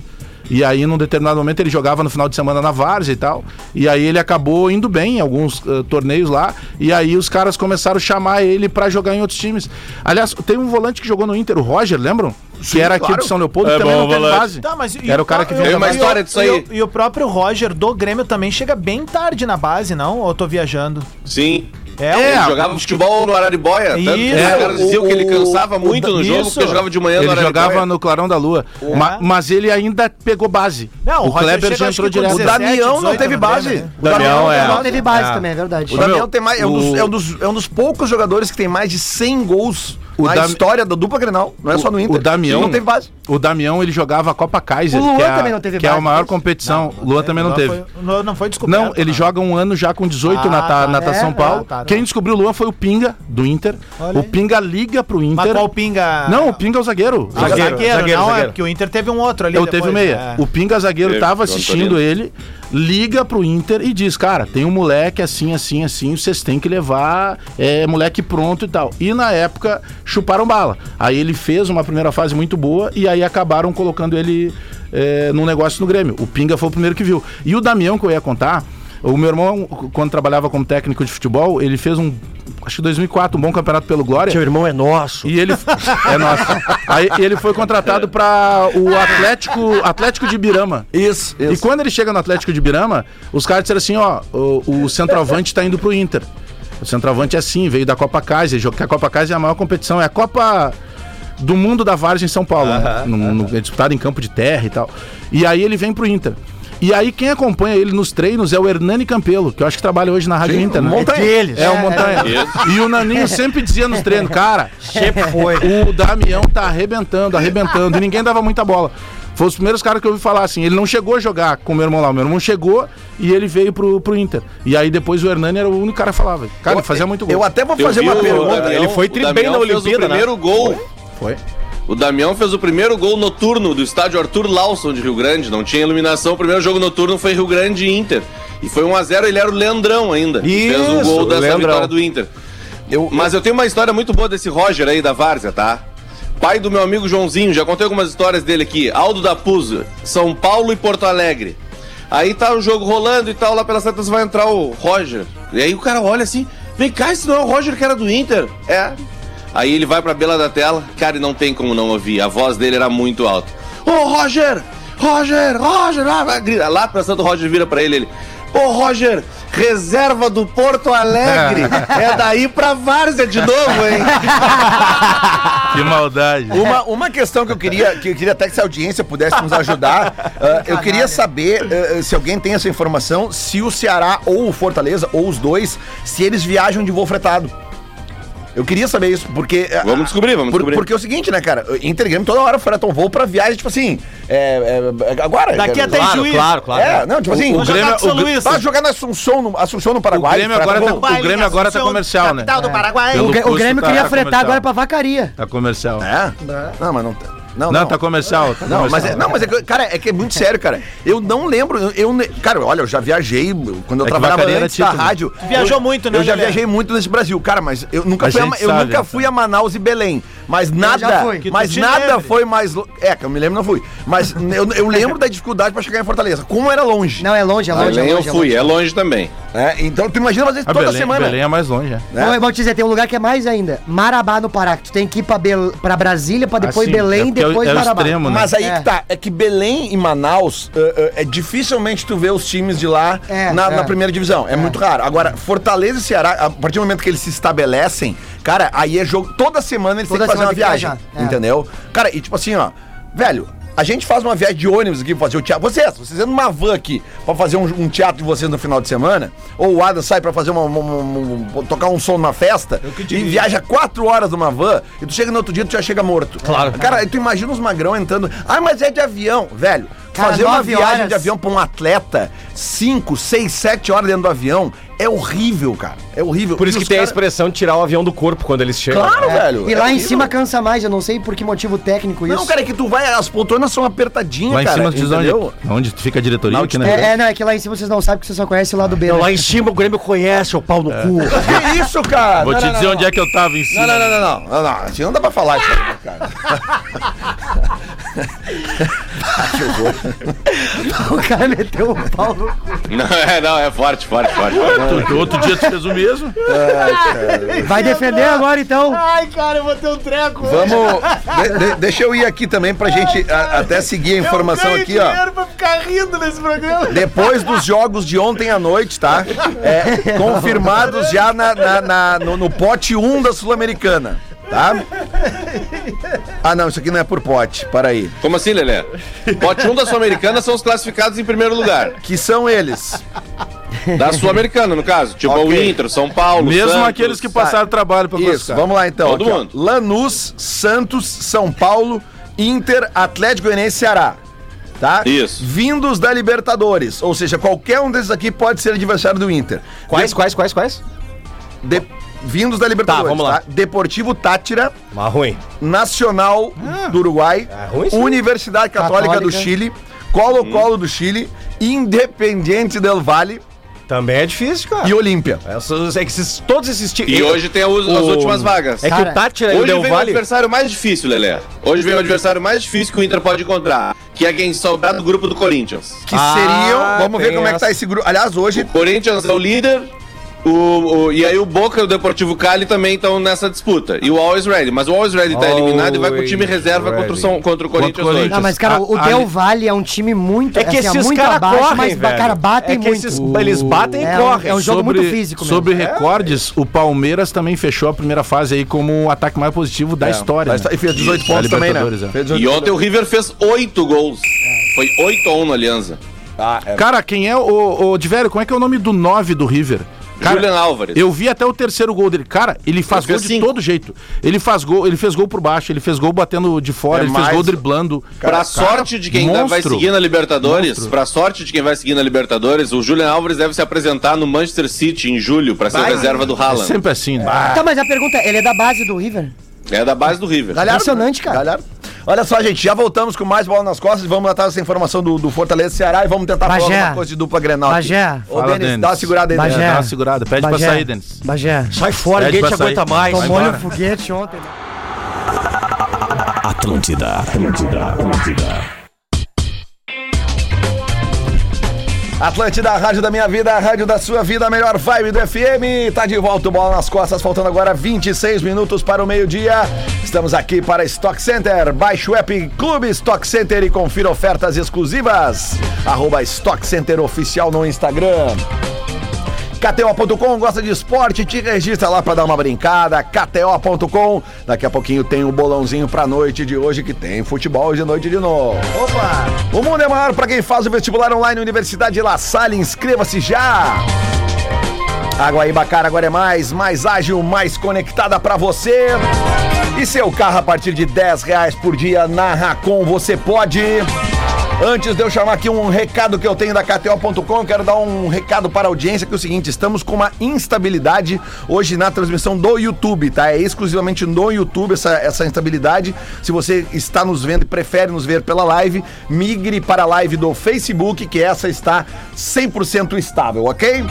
S3: E aí, num determinado momento, ele jogava no final de semana na Várzea e tal. E aí ele acabou indo bem em alguns eh, torneios lá. E aí os caras começaram a chamar ele pra jogar em outros times. Aliás, tem um volante que jogou no Inter, o Roger, lembram? que era aqui
S2: claro.
S3: de São Leopoldo,
S6: É
S3: que também
S6: bom
S3: não teve
S6: volante.
S3: base.
S4: Tá, mas e
S3: um- era o cara que
S4: pró-
S3: veio
S4: e
S6: Tem
S3: da
S6: uma
S3: base.
S6: história disso
S4: e
S6: aí.
S4: o- E o próprio Roger do Grêmio também chega bem tarde na base, não? Ou eu tô viajando?
S6: Sim.
S4: É,
S6: ele jogava futebol no Araribóia. Tanto que os
S4: Isso.
S6: caras diziam que ele
S2: O-
S6: cansava muito no jogo,
S4: isso.
S6: porque jogava de manhã
S3: Ele
S6: Araribóia.
S3: jogava no Clarão da Lua. Ma- mas ele ainda pegou base.
S4: Não, o
S3: o
S4: Roger
S3: Kleber
S4: chega,
S3: já
S4: acho
S3: entrou
S4: que com
S3: direto.
S2: O Damião não
S4: 17,
S2: teve
S4: 18
S2: base.
S4: no
S2: O Damião
S7: é.
S5: Não teve base
S7: É.
S5: também, é verdade.
S2: O Damião
S3: Meu,
S2: tem mais. É um,
S3: o-
S2: dos, é, um dos, é um dos poucos jogadores que tem mais de 100 gols
S3: O
S2: na
S3: Dam-
S2: história da dupla Grenal. Não é só no Inter.
S3: O Damião.
S2: Ele não teve base.
S3: O Damião ele jogava a Copa Kaiser.
S5: O Luan
S3: que é a,
S5: também não teve
S3: Que é a
S5: base,
S3: maior
S5: mas-
S3: competição. O Luan também não
S4: Não
S3: teve.
S4: foi- Não, não foi descoberto.
S3: Não, ele
S4: né?
S3: joga um ano já com 18
S4: Ah,
S3: na ta-
S4: tá,
S3: na ta
S4: é,
S3: São Paulo.
S4: tá, tá, tá.
S3: Quem descobriu o Luan foi o Pinga, do Inter.
S4: Olha
S3: o
S4: aí.
S3: Pinga liga pro Inter.
S4: Mas qual pinga?
S3: Não, o Pinga é o zagueiro.
S4: Ah, zagueiro,
S7: zagueiro,
S4: não, é
S7: zagueiro.
S4: porque o Inter teve um outro ali
S3: Eu
S4: depois,
S3: teve o meia.
S4: é.
S3: O Pinga zagueiro
S6: Teve,
S3: tava
S6: Antolino.
S3: assistindo ele. liga pro Inter e diz, cara, tem um moleque assim, assim, assim, vocês têm que levar é, moleque pronto e tal. E na época chuparam bala. Aí ele fez uma primeira fase muito boa e aí acabaram colocando ele é, num negócio no Grêmio. O Pinga foi o primeiro que viu. E o Damião que eu ia contar, o meu irmão, quando trabalhava como técnico de futebol, ele fez um, acho que 2004, um bom campeonato pelo Glória.
S7: Seu irmão é nosso.
S3: E ele é nosso. Aí ele foi contratado para o Atlético, Atlético de Birama.
S2: Isso,
S3: E quando ele chega no Atlético de Birama, os caras disseram assim, ó, o, o centroavante tá indo pro Inter. O centroavante é assim, veio da Copa Kaiser, jogo- que a Copa Kaiser é a maior competição, é a Copa do mundo da Várzea em São Paulo, né? No- no- é disputado em campo de terra e tal. E aí ele vem pro Inter. E aí quem acompanha ele nos treinos é o Hernani Campelo, que eu acho que trabalha hoje na Rádio Inter, né?
S2: Montanha.
S3: É o Montanha. E o Naninho sempre dizia nos treinos, cara, o Damião tá arrebentando, arrebentando. E ninguém dava muita bola. Foi os primeiros caras que eu ouvi falar assim. Ele não chegou a jogar com o meu irmão lá. O meu irmão chegou e ele veio pro, pro Inter. E aí depois o Hernani era o único cara que falava. Cara, ele fazia muito gol.
S2: Eu até vou fazer
S6: vi
S2: uma
S6: o
S2: pergunta.
S6: Damião-
S7: ele foi
S6: o
S7: tri
S6: Damião
S7: bem na
S6: fez
S2: né?
S7: Olimpíada,
S6: O primeiro gol.
S3: Foi.
S6: O Damião fez o primeiro gol noturno do estádio Arthur Lawson de Rio Grande. Não tinha iluminação. O primeiro jogo noturno foi Rio Grande e Inter. E foi 1x0, ele era o Leandrão ainda. E fez o
S7: Isso,
S6: gol dessa
S7: Leandrão.
S6: vitória do Inter. Mas eu tenho uma história muito boa desse Roger aí da Várzea, tá? Pai do meu amigo Joãozinho, já contei algumas histórias dele aqui. Aldo da Puso, São Paulo e Porto Alegre. Aí tá o jogo rolando e tal, lá pelas tantas vai entrar o Roger. E aí o cara olha assim, vem cá, esse não é o Roger que era do Inter. É. Aí ele vai pra bela da tela, cara, e não tem como não ouvir. A voz dele era muito alta. Ô Roger! Roger! Roger! Ah, ah, grita. Lá pra Santo Roger vira pra ele, ele. Ô Roger, reserva do Porto Alegre. É daí pra Várzea de novo, hein?
S3: Que maldade.
S2: Uma, uma questão que eu queria que eu queria até que essa audiência pudesse nos ajudar. ah, eu queria saber ah, se alguém tem essa informação, se o Ceará ou o Fortaleza, ou os dois, se eles viajam de voo fretado. Eu queria saber isso, porque. ah,
S6: Vamos descobrir, vamos
S2: por-
S6: descobrir.
S2: Porque é o seguinte, né, cara? Inter e Grêmio toda hora fretam voo pra viagem, tipo assim. é, é, agora.
S4: Daqui até
S2: claro,
S4: Juiz.
S2: Claro, claro. É, não, tipo assim.
S4: Vamos jogar
S3: Grêmio- é
S4: com São
S3: o Grêmio-
S4: Luís.
S2: Vai jogar na Assunção, no, Assunção no Paraguai.
S3: Grêmio agora
S2: freta voo.
S3: tá- o Grêmio agora tá comercial, né?
S4: Capital do Paraguai.
S3: Pelo
S5: O, Grê- o
S3: custo
S5: Grêmio
S3: tá-
S5: queria
S3: tá
S5: fretar
S3: comercial.
S5: agora pra vacaria.
S3: Tá comercial.
S2: É? Não, mas não. tá- Não,
S3: Né? Não, tá comercial. tá
S2: Não,
S3: comercial.
S2: mas é, não, mas é que, cara, é que é muito sério, cara. Eu não lembro, eu, eu ne- cara, olha, eu já viajei quando eu
S3: É que
S2: trabalhava
S3: Vacaria era
S2: antes da
S3: título.
S2: rádio.
S4: viajou
S2: eu-
S4: muito, né,
S2: Eu já
S4: Lelé?
S2: viajei muito nesse Brasil, cara, mas eu
S3: A
S2: nunca fui a,
S3: gente
S2: Ma- eu
S3: sabe,
S2: nunca
S3: né?
S2: fui a Manaus e Belém, mas
S5: já
S2: nada,
S5: foi.
S4: Que tu
S2: mas
S4: te
S2: nada
S4: lembre.
S2: foi mais lo- é, que eu me lembro não fui, mas eu, eu lembro da dificuldade pra chegar em Fortaleza, como era longe.
S5: Não, é longe, é longe, é
S6: Além eu
S5: longe. é longe.
S6: fui, é longe também.
S2: né? Então tu imagina fazer
S3: Ah,
S2: isso toda
S3: Belém,
S2: semana.
S3: Belém é mais longe, é.
S7: né?
S5: Não, eu vou te dizer, tem um lugar que é mais ainda. Marabá no Pará. que Tu tem que ir pra, Bel... pra Brasília, pra depois
S3: Assim,
S5: Belém,
S3: é porque é o-
S5: depois
S3: é o
S5: Marabá.
S3: extremo, né?
S2: Mas aí
S5: É.
S2: que tá, é que Belém e Manaus, é, é, é dificilmente tu vê os times de lá
S5: É,
S2: na,
S5: é.
S2: na primeira divisão. É, muito raro. Agora, Fortaleza e Ceará, a partir do momento que eles se estabelecem, cara, aí é jogo. Toda semana eles
S5: Toda
S2: têm que
S5: semana
S2: fazer uma
S5: tem que
S2: viagem.
S5: viajar, é.
S2: Entendeu? Cara, e tipo assim, ó, velho. A gente faz uma viagem de ônibus aqui pra fazer o teatro. Vocês, vocês entram numa van aqui pra fazer um, um teatro de vocês no final de semana, ou o Adam sai pra fazer uma, uma- uma- uma- tocar um som numa festa e viaja quatro horas numa van e tu chega no outro dia tu já chega morto. Claro. Cara, aí tu imagina os magrão entrando. Ah, mas é de avião, velho.
S5: Cara,
S2: fazer uma
S5: nove
S2: viagem
S5: horas.
S2: de avião pra um atleta, cinco, seis, sete horas dentro do avião, é horrível, cara. É horrível.
S7: Por isso
S2: E
S7: que
S2: os
S7: tem a
S2: cara-
S7: expressão de tirar o avião do corpo quando eles chegam.
S2: Claro,
S5: É.
S2: velho.
S5: E
S2: é
S5: lá em
S2: horrível.
S5: cima cansa mais, eu não sei por que motivo técnico isso.
S2: Não, cara, é que tu vai, as poltronas são apertadinhas,
S3: Lá em
S2: cara.
S3: cima diz onde,
S2: entendeu?
S3: onde fica a diretoria
S2: Na
S3: aqui, né?
S5: É, é, não, é que lá em cima vocês não sabem que vocês só conhecem o lado B. né?
S7: em cima o Grêmio conhece o pau
S2: É.
S7: no cu.
S2: Que isso, cara?
S3: Vou
S2: Ah, Não,
S3: te
S2: não,
S3: dizer
S2: não,
S3: onde é que eu tava em
S2: Não,
S3: cima.
S2: não, não, não, não, não, não, assim não dá pra falar isso aí, cara.
S5: O cara meteu o pau no cu.
S6: Não, é, não, é forte, forte, forte. forte.
S3: Tu- Outro dia tu fez o mesmo.
S5: Vai defender agora então.
S4: Ai, cara, eu vou ter um treco.
S2: Vamos, de- de- deixa eu ir aqui também pra gente a- até seguir a informação aqui, ó.
S4: pra ficar rindo nesse programa.
S2: Depois dos jogos de ontem à noite, tá? É, confirmados já na- na- na- no, no pote 1 da Sul-Americana, tá? Ah, não, isso aqui não é por pote, para aí.
S6: Como assim, Lelê? Pote 1 da Sul-Americana são os classificados em primeiro lugar.
S2: Que são eles?
S6: Da Sul-Americana, no caso. Tipo
S2: Ok.
S6: o Inter, São Paulo,
S3: Mesmo
S6: Santos.
S3: aqueles que passaram trabalho pra
S2: Isso,
S3: classificar.
S2: vamos lá então.
S6: Todo
S2: Aqui, ó.
S6: mundo.
S2: Lanús, Santos, São Paulo, Inter, Atlético Goianiense, e Ceará. Tá?
S6: Isso.
S2: Vindos da Libertadores, ou seja, qualquer um desses aqui pode ser adversário do Inter.
S7: Quais, quais, quais, quais? Tá,
S2: De- Vindos da Libertadores, tá?
S7: vamos lá.
S2: Deportivo Tátira,
S7: Mas ruim.
S2: Nacional do Uruguai,
S7: É ruim isso?
S2: Universidade Católica, do
S5: Católica.
S2: Chile, Colo-Colo do Chile Independiente del Valle
S7: Também é difícil, cara.
S2: e Olímpia.
S7: Essas- é que esses- todos esses times.
S6: E hoje tem os- as
S7: O-
S6: últimas vagas.
S7: É que
S5: Cara,
S7: o Tátira e o
S6: Hoje
S7: Del
S6: vem o
S7: Valle.
S6: adversário mais difícil, Lelé. Hoje vem o adversário mais difícil que o Inter pode encontrar, que é quem sobrar do grupo do Corinthians.
S2: Que
S7: Ah,
S2: seriam. Vamos ver
S7: tem
S2: como é que tá
S7: essa.
S2: esse grupo. Aliás, hoje.
S6: O Corinthians é o líder. O, o- e aí o Boca e o Deportivo Cali também estão nessa disputa. E o Always Ready. Mas o Always Ready tá eliminado e vai com o time
S7: Always
S6: reserva contra o,
S7: Ready.
S6: São, contra
S3: Contra
S6: o
S3: o
S6: Corinthians hoje.
S5: Não, mas, cara, o
S3: A-
S5: Del
S3: ali-
S5: Valle é um time muito.
S7: É que
S5: assim, ó,
S7: esses
S5: muito
S7: caras
S5: abaixo,
S7: correm,
S5: mas,
S7: velho.
S5: cara, batem
S7: é que
S5: muito.
S7: esses- Eles batem
S5: É,
S7: e
S5: é
S7: correm.
S5: um jogo muito físico mesmo.
S2: É.
S3: Sobre recordes, o Palmeiras também fechou a primeira fase aí como o ataque mais positivo da história.
S2: Mas tá- E fez 18
S3: Isso,
S2: pontos
S3: da
S2: também, né?
S3: Libertadores, é.
S2: Fez 18
S6: E ontem o River fez oito gols. Foi 8 a 1 no Alianza.
S3: Cara, quem é o, o Diverio? Como é que é o nome do 9 do River? Cara,
S6: Julian Álvares.
S3: Eu vi até o terceiro gol dele. Cara, ele faz
S6: Ele fez
S3: gol de
S6: cinco.
S3: todo jeito. Ele faz gol, ele fez gol por baixo, ele fez gol batendo de fora,
S2: É
S3: ele
S2: mais-
S3: fez gol driblando.
S6: pra sorte de quem ainda vai
S3: monstro.
S6: seguir na Libertadores, pra sorte de quem vai seguir na Libertadores, o Julian Álvares deve se apresentar no Manchester City em julho pra ser o reserva do
S3: É
S6: Haaland.
S3: sempre assim, né?
S5: Tá, mas a pergunta é: ele é da base do River?
S6: É da base do River.
S2: Galhardo,
S5: Impressionante, cara.
S2: Galhardo. Olha só, gente, já voltamos com mais bola nas costas. Vamos atrás dessa informação do, do Fortaleza e Ceará e vamos tentar
S5: Bagé.
S2: falar alguma coisa de dupla Grenal. aqui.
S5: Bagé.
S2: Ô,
S3: Fala,
S2: Denis,
S3: Denis.
S2: dá uma segurada aí, né?
S5: Bagé.
S2: Denis.
S3: Dá uma segurada, pede pra sair, Denis.
S5: Bagé.
S7: Sai fora,
S3: Pede
S7: ninguém te
S3: pra sair.
S7: aguenta mais.
S3: Vai
S5: Tomou-lhe
S3: embora.
S5: um foguete ontem.
S1: Atlântida, Atlântida, Atlântida.
S2: Atlântida, a rádio da minha vida, a rádio da sua vida, a melhor vibe do FM. Tá de volta o Bola nas Costas, faltando agora 26 minutos para o meio-dia. Estamos aqui para Stock Center. Baixe o app Clube Stock Center e confira ofertas exclusivas. Arroba Stock Center Oficial no Instagram. KTO.com gosta de esporte, te registra lá pra dar uma brincada. KTO.com. Daqui a pouquinho tem o bolãozinho pra noite de hoje, que tem futebol de noite de novo. Opa! O mundo é maior pra quem faz o vestibular online Universidade La Salle. Inscreva-se já! Água Bacara agora é mais, mais ágil, mais conectada pra você. E seu carro a partir de 10 reais por dia na Racon você pode. Antes de eu chamar aqui um recado que eu tenho da KTO.com, eu quero dar um recado para a audiência que é o seguinte, estamos com uma instabilidade hoje na transmissão do YouTube, tá? É exclusivamente no YouTube essa, essa instabilidade. Se você está nos vendo e prefere nos ver pela live, migre para a live do Facebook, que essa está 100% estável, ok?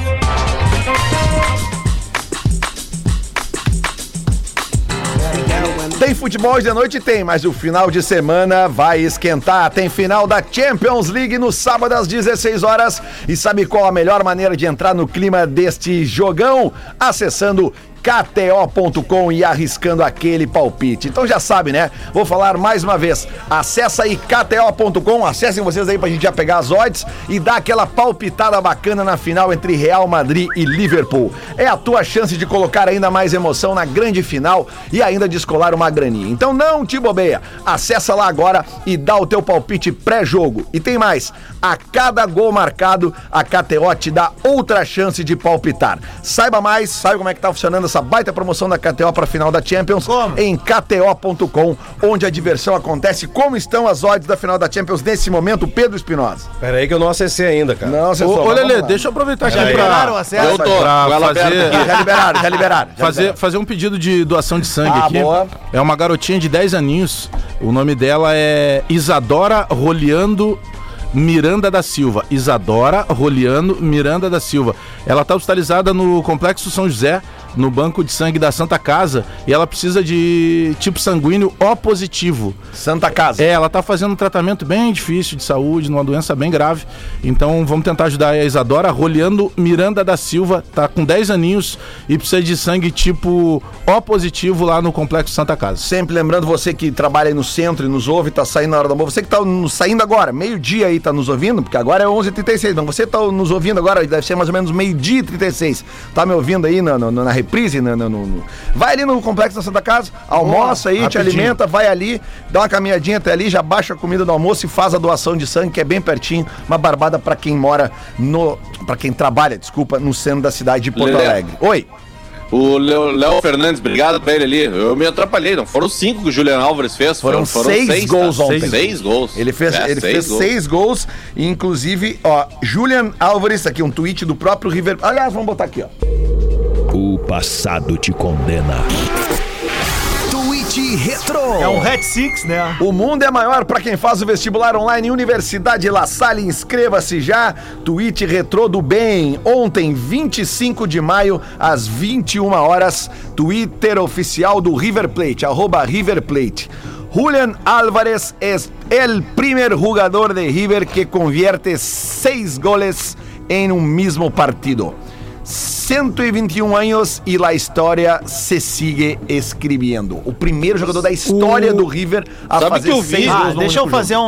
S2: Tem futebol hoje de noite? Tem, mas o final de semana vai esquentar. Tem final da Champions League no sábado às 16 horas. E sabe qual a melhor maneira de entrar no clima deste jogão? Acessando kto.com e arriscando aquele palpite. Então já sabe, né? Vou falar mais uma vez. Acessa aí kto.com, acessem vocês aí pra gente já pegar as odds e dar aquela palpitada bacana na final entre Real Madrid e Liverpool. É a tua chance de colocar ainda mais emoção na grande final e ainda descolar uma graninha. Então não te bobeia. Acessa lá agora e dá o teu palpite pré-jogo. E tem mais. A cada gol marcado, a KTO te dá outra chance de palpitar. Saiba mais, saiba como é que tá funcionando essa baita promoção da KTO para a final da Champions em kto.com, onde a diversão acontece. Como estão as odds da final da Champions nesse momento, Pedro Espinosa?
S7: Pera aí que eu não acessei ainda, cara.
S2: Não,
S3: Ô, ô Lelê, deixa eu aproveitar aqui pra,
S4: liberaram o acesso?
S6: Eu tô,
S3: pra
S6: com ela
S3: fazer-
S6: aberta aqui.
S2: Já liberaram, já liberaram. já
S3: fazer, fazer um pedido de doação de sangue
S2: Ah,
S3: aqui.
S2: boa.
S3: É uma garotinha de 10 aninhos. O nome dela é Isadora Roleando Miranda da Silva. Isadora Roleando Miranda da Silva. Ela está hospitalizada no Complexo São José, no Banco de Sangue da Santa Casa, e ela precisa de tipo sanguíneo O positivo.
S2: Santa Casa.
S3: É, ela tá fazendo um tratamento bem difícil de saúde, numa doença bem grave. Então vamos tentar ajudar aí a Isadora. Roleando Miranda da Silva, tá com 10 aninhos e precisa de sangue tipo O positivo lá no Complexo Santa Casa.
S2: Sempre lembrando você que trabalha aí no centro e nos ouve, tá saindo na hora do almoço. Você que tá nos- saindo agora, meio-dia aí tá nos ouvindo, porque agora é 11h36. Então você tá nos ouvindo agora, deve ser mais ou menos meio-dia e 36. Tá me ouvindo aí na, na, na reprise? Na, na- no- no- Vai ali no Complexo da Santa Casa, almoça aí, te
S3: rapidinho.
S2: alimenta, vai ali, dá uma caminhadinha até ali, já baixa a comida do almoço e faz a doação de sangue, que é bem pertinho. Uma barbada pra quem mora no. pra quem trabalha, desculpa, no centro da cidade de Porto
S6: Lelé.
S2: Alegre. Oi.
S6: O Léo Léo Fernandes, obrigado pra ele ali. Eu me atrapalhei, não. Foram cinco que o Julian Álvares fez.
S2: Foram seis gols
S6: tá?
S2: ontem.
S6: Seis, seis gols.
S2: Ele fez,
S6: É,
S2: ele fez
S6: gols.
S2: seis gols, e inclusive, ó, Julian Álvares, aqui um tweet do próprio River. Aliás, vamos botar aqui, ó.
S1: O passado te condena. Tweet Noite Retro.
S4: É um Red Six, né?
S2: O mundo é maior para quem faz o vestibular online Universidade La Salle. Inscreva-se já. Tweet Retrô do Bem. Ontem, 25 de maio, às 21 horas, Twitter oficial do River Plate, arroba River Plate. Julian Álvarez é o primeiro jogador de River que convierte seis goles em um mesmo partido. 121 anos e a história se sigue escrevendo. O primeiro jogador da história do River a
S6: Sabe
S2: fazer
S6: que eu vi?
S2: seis
S6: Ah,
S2: gols
S4: Ah,
S2: num
S4: deixa eu
S2: único
S4: fazer um,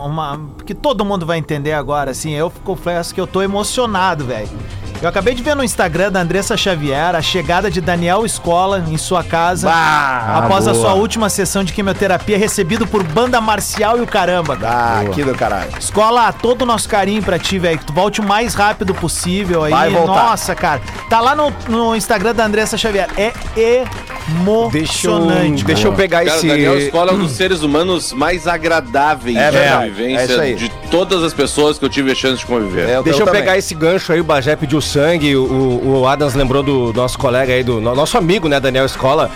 S4: uma. que todo mundo vai entender agora, assim. Eu confesso que eu tô emocionado, velho. Eu acabei de ver no Instagram da Andressa Xavier a chegada de Daniel Escola em sua casa após a
S3: boa.
S4: sua última sessão de quimioterapia, recebido por banda marcial e o caramba.
S2: jogo. Ah, aqui do caralho.
S4: Escola, todo o nosso carinho pra ti, velho. Que tu volte o mais rápido possível aí.
S2: Vai voltar.
S4: Nossa, cara. Tá lá no, no Instagram da Andressa Xavier. É
S7: Deixa eu,
S4: emocionante.
S7: deixa eu pegar
S6: Cara,
S7: esse.
S6: o Daniel Escola é um dos seres humanos mais agradáveis
S2: É verdade, é isso
S6: vivência
S2: aí.
S6: de todas as pessoas que eu tive a chance de conviver.
S2: É,
S7: Deixa eu
S2: também.
S7: pegar esse gancho aí, o Bagé pediu sangue, o- o, o Adams lembrou do nosso colega aí, do no- nosso amigo, né, Daniel Escola.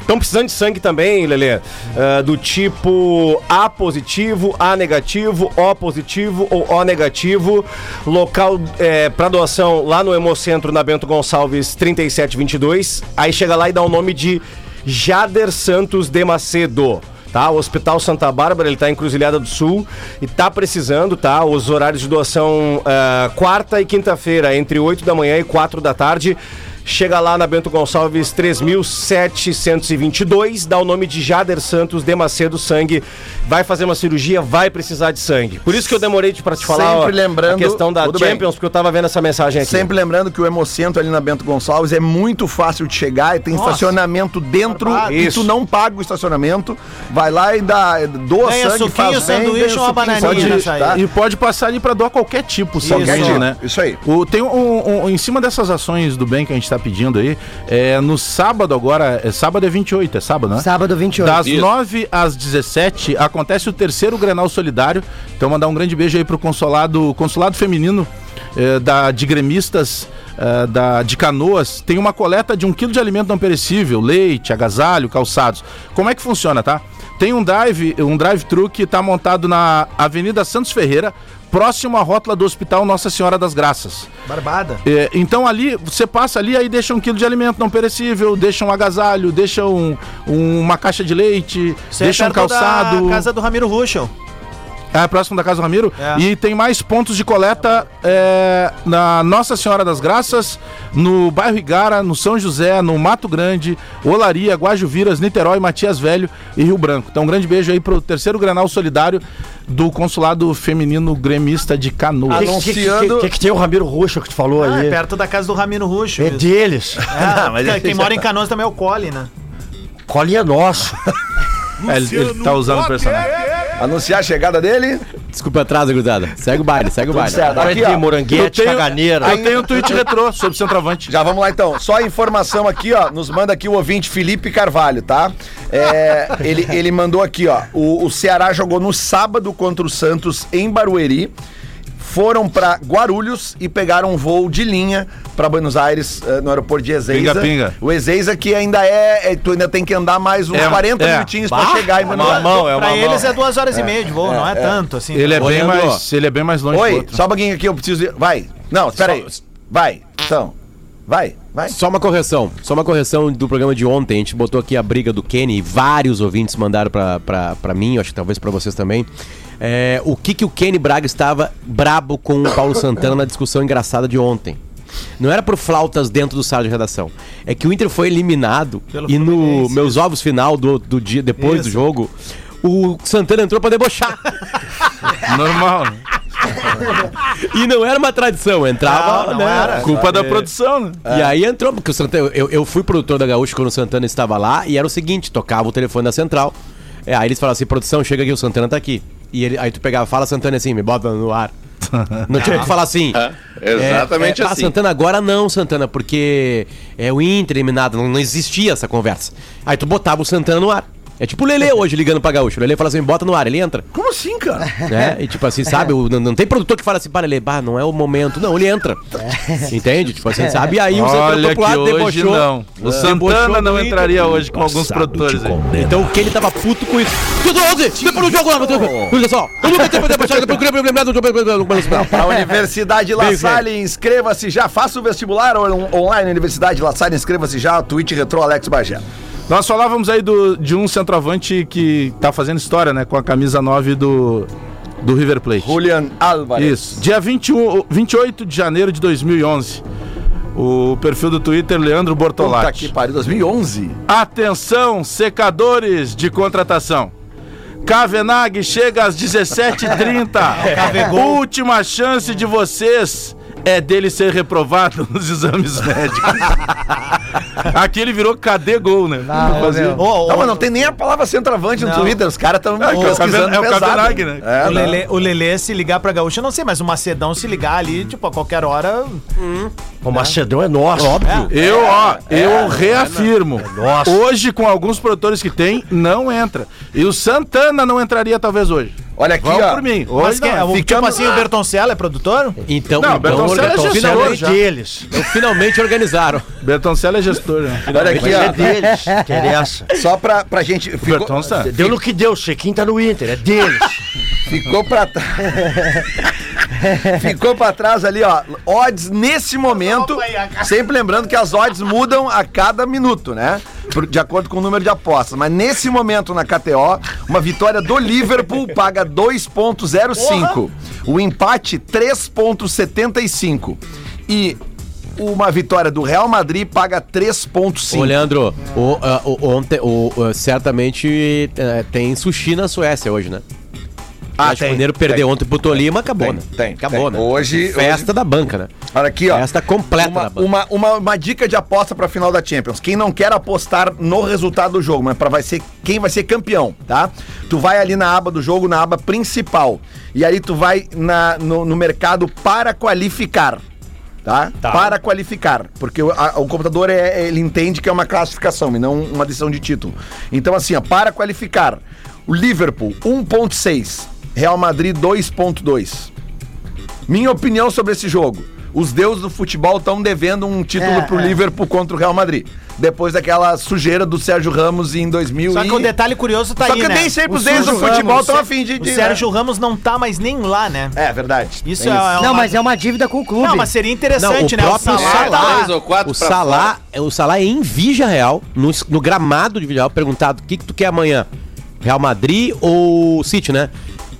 S7: Estão precisando de sangue também, Lelê. É, do tipo A positivo, A negativo, O positivo ou O negativo. Local é, para doação lá no Hemocentro, na Bento Gonçalves 3722. Aí chega lá e dá o nome de Jader Santos de Macedo tá? O Hospital Santa Bárbara, ele tá em Cruzilhada do Sul e tá precisando, tá? Os horários de doação ah, quarta e quinta-feira, entre 8 da manhã e 4 da tarde. Chega lá na Bento Gonçalves 3722, dá o nome de Jader Santos de Macedo Sangue. Vai fazer uma cirurgia, vai precisar de sangue. Por isso que eu demorei de- pra te falar
S2: Sempre
S7: ó,
S2: lembrando-
S7: a questão da
S2: tudo
S7: Champions,
S2: bem.
S7: porque eu tava vendo essa mensagem aqui.
S2: Sempre lembrando que o Hemocentro ali na Bento Gonçalves é muito fácil de chegar e tem
S4: Nossa.
S2: estacionamento dentro
S4: Barbado.
S2: e
S7: Isso.
S2: tu não paga o estacionamento, vai lá e dá, doa
S4: Ganha
S2: sangue,
S4: suquinho,
S2: faz bem,
S4: sanduíche
S2: ganha
S4: ou uma
S2: suquinho,
S4: bananinha
S2: sanduíche,
S4: nessa aí.
S2: tá?
S3: E pode passar ali pra doar qualquer tipo, se alguém,
S2: Isso.
S3: né?
S2: Isso aí.
S3: O, tem um, um- em cima dessas ações do bem que a gente tá pedindo aí, é, no sábado agora, é, sábado é 28, é sábado, né?
S5: Sábado 28.
S3: Das
S6: Isso.
S3: 9 às 17 acontece o terceiro Grenal Solidário. Então mandar um grande beijo aí pro consolado, consulado feminino eh, da, de gremistas eh, da, de canoas. Tem uma coleta de um quilo de alimento não perecível, leite, agasalho, calçados. Como é que funciona, tá? Tem um drive, um drive-thru que está montado na Avenida Santos Ferreira, próximo à rótula do Hospital Nossa Senhora das Graças.
S4: Barbada.
S3: É, então ali, você passa ali, aí deixa um quilo de alimento não perecível, deixa um agasalho, deixa um- um- uma caixa de leite,
S4: Isso aí
S3: deixa
S4: é
S3: um
S4: perto da
S3: calçado.
S4: casa do Ramiro Ruschel.
S3: É próximo da Casa do Ramiro.
S4: É.
S3: E tem mais pontos de coleta é, na Nossa Senhora das Graças, no bairro Igara, no São José, no Mato Grande, Olaria, Guajuviras, Niterói, Matias Velho e Rio Branco. Então, um grande beijo aí pro terceiro Granal Solidário do Consulado Feminino Gremista de Canoas.
S7: Que- que- que-
S2: anunciando-
S7: que, que, tem o Ramiro Roxo que tu falou
S4: Ah,
S7: aí?
S4: é perto da casa do Ramiro Ruschel.
S7: É
S4: isso.
S7: deles.
S4: Ah,
S2: mas
S4: quem-
S2: esse
S4: quem
S2: já
S4: mora
S2: tá.
S4: em Canoas também é o Cole, né?
S7: Colinha nosso.
S3: É, ele, ele tá usando o personagem.
S2: Anunciar a chegada dele.
S8: Desculpa atraso, gurizada. Segue o baile, segue o baile.
S2: certo. Aqui, ó.
S7: Aqui, moranguete, caganeira.
S3: eu tenho um tweet retrô sobre o centroavante.
S2: Já vamos lá então. Só a informação aqui, ó. Nos manda aqui o ouvinte Felipe Carvalho, tá? É, ele, ele mandou aqui, ó. O, o Ceará jogou no sábado contra o Santos em Barueri. Foram pra Guarulhos e pegaram um voo de linha pra Buenos Aires, eh, no aeroporto de Ezeiza.
S3: Pinga, pinga.
S2: O Ezeiza que ainda é, é- Tu ainda tem que andar mais uns
S3: É,
S2: 40
S3: é.
S2: minutinhos pra chegar em Buenos Aires.
S3: um
S7: é
S4: pra eles é duas horas e meia de voo, não é, tanto assim.
S3: Ele é,
S4: Tá?
S3: bem
S8: Olhando,
S3: mais, ele é bem mais longe que o
S2: Oi,
S3: outro.
S2: só um pouquinho aqui, eu preciso. de- Vai. Não, espera aí. Vai. Então. Vai, vai.
S8: Só uma correção, só uma correção do programa de ontem. A gente botou aqui a briga do Kenny e vários ouvintes mandaram pra, pra, pra mim, eu acho que talvez pra vocês também. É, o que que o Kenny Braga estava brabo com o Paulo Santana na discussão engraçada de ontem? Não era por flautas dentro do sala de redação. É que o Inter foi eliminado
S4: Pelo
S8: e no
S4: Fluminense.
S8: meus ovos final do, do dia depois do
S4: Isso.
S8: jogo, o Santana entrou pra debochar.
S3: Normal. né?
S8: e não era uma tradição, entrava,
S4: Não, é? não
S8: né?
S4: era.
S3: Culpa da produção, né?
S8: E aí entrou, porque o Santana, eu, eu fui produtor da Gaúcha quando o Santana estava lá e era o seguinte, tocava o telefone da central. É, aí eles falavam assim, produção, chega aqui, o Santana tá aqui. E ele, aí tu pegava, fala Santana assim, me bota no ar. Não tinha que falar assim.
S6: É, exatamente
S8: é, é, "Ah,
S6: assim.
S8: Santana, agora não, Santana, porque é o Inter eliminado, não, não existia essa conversa. Aí tu botava o Santana no ar. É tipo o Lelê hoje ligando pra gaúcho. O Lelê fala assim, bota no ar, ele entra.
S2: Como assim, cara?
S8: né? E tipo assim, sabe? o- não, não tem produtor que fala assim, pá, Lelê, bah, não é o momento. Não, ele entra. Entende? Tipo assim, sabe? E
S3: um
S8: aí o
S3: Olha que hoje não. O Santana
S8: debochou
S3: não
S8: do
S3: entraria
S8: Inter.
S3: hoje com alguns produtores aí.
S8: Então o Kenny tava puto com isso. Tudo 11! Depois do jogo lá, olha só. Eu nunca tenho poder baixar, eu queria lembrar do jogo.
S2: A Universidade La Salle, inscreva-se já. Faça o vestibular on- online, Universidade La Salle, inscreva-se já. Twitch Retro Alex Bagé.
S3: Nós falávamos aí do, de um centroavante que tá fazendo história, né? Com a camisa 9 do, do River Plate.
S2: Julian Álvarez.
S3: Isso. Dia 21, 28 de janeiro de 2011. O perfil do Twitter, Leandro
S2: Puta
S3: Bortolatti.
S2: que pariu, 2011.
S3: Atenção, secadores de contratação. Kavenag chega às 17h30. Última chance de vocês é dele ser reprovado nos exames médicos. Aqui ele virou cadê gol, né?
S4: Ah, ô, meu. Ô, ô,
S2: Não, mas não tem nem a palavra centroavante no
S4: Não.
S2: Twitter. Os caras estão
S3: o Kaven- é o Kavenag, né?
S2: É,
S4: o,
S2: não.
S4: Lelê, o Lelê se ligar pra gaúcha, eu não sei, mas o Macedão se ligar ali, tipo, a qualquer hora.
S7: O Machadão é nosso. Óbvio.
S3: Eu, ó, eu reafirmo.
S5: É
S3: Hoje, com alguns produtores que tem, não entra. E o Santana não entraria, talvez, hoje.
S2: Olha aqui,
S3: Vão
S2: ó.
S3: por mim.
S4: Mas
S3: Hoje
S4: quem,
S3: não.
S4: o,
S3: Ficamos-
S4: tipo assim, o Bertoncello é produtor?
S8: Então,
S3: Não,
S8: então,
S3: Bertoncelli é
S8: então,
S3: gestor
S8: finalmente,
S3: já.
S7: Deles.
S8: então, finalmente organizaram.
S3: Bertoncelli é gestor, né?
S2: Olha aqui,
S7: É
S2: ó.
S7: deles. Interessa.
S2: Só pra, pra gente. Ficou,
S3: Bertoncelli.
S7: Deu no que deu. Chequinho tá no Inter. É deles.
S2: ficou pra trás. ficou pra trás ali, ó. Odds nesse momento. Sempre lembrando que as odds mudam a cada minuto, né? Por- De acordo com o número de apostas. Mas nesse momento na KTO, uma vitória do Liverpool paga 2,05. O empate 3,75. E uma vitória do Real Madrid paga 3,5.
S8: Ô, Leandro, o, ah, o- ontem, o, ah, certamente eh, tem sushi na Suécia hoje, né?
S2: Ah,
S8: Acho que o Mineiro perdeu ontem pro Tolima, acabou, né?
S2: tem,
S8: Acabou,
S2: tem.
S8: né?
S2: Hoje-
S8: Festa
S2: hoje-
S8: da banca, né?
S2: Olha aqui, ó.
S8: Festa completa
S2: uma,
S8: da banca.
S2: Uma, uma, uma dica de aposta pra final da Champions. Quem não quer apostar no resultado do jogo, mas para vai ser quem vai ser campeão, tá? Tu vai ali na aba do jogo, na aba principal. E aí tu vai na, no, no mercado para qualificar. Tá? Para qualificar. Porque o, a- o computador é, ele entende que é uma classificação e não uma decisão de título. Então, assim, ó, para qualificar. O Liverpool, 1,6. Real Madrid, 2,2. Minha opinião sobre esse jogo. Os deuses do futebol estão devendo um título
S5: É,
S2: pro
S5: é.
S2: Liverpool contra o Real Madrid. Depois daquela sujeira do Sérgio Ramos em 2000
S4: Só que
S2: e...
S4: o detalhe curioso tá
S2: Só
S4: aí,
S2: que
S4: né?
S2: nem sempre
S4: O
S2: os deuses do
S4: Sérgio
S2: futebol
S4: Ramos,
S2: tão
S4: o
S2: a fim de- de-
S4: O Sérgio Ramos não tá mais nem lá, né?
S2: É, verdade.
S4: Isso
S2: Tem
S4: é, é
S5: Não,
S4: uma-
S5: mas é uma dívida com o clube.
S4: Não, mas seria interessante,
S8: Não, o
S4: né?
S8: próprio
S4: Salah tá lá.
S6: Três ou quatro
S8: O
S6: pra
S8: Salá, o Salá é em Vija Real, no, es- no gramado de Vija Real, perguntado o que, que tu quer amanhã, Real Madrid ou City, né?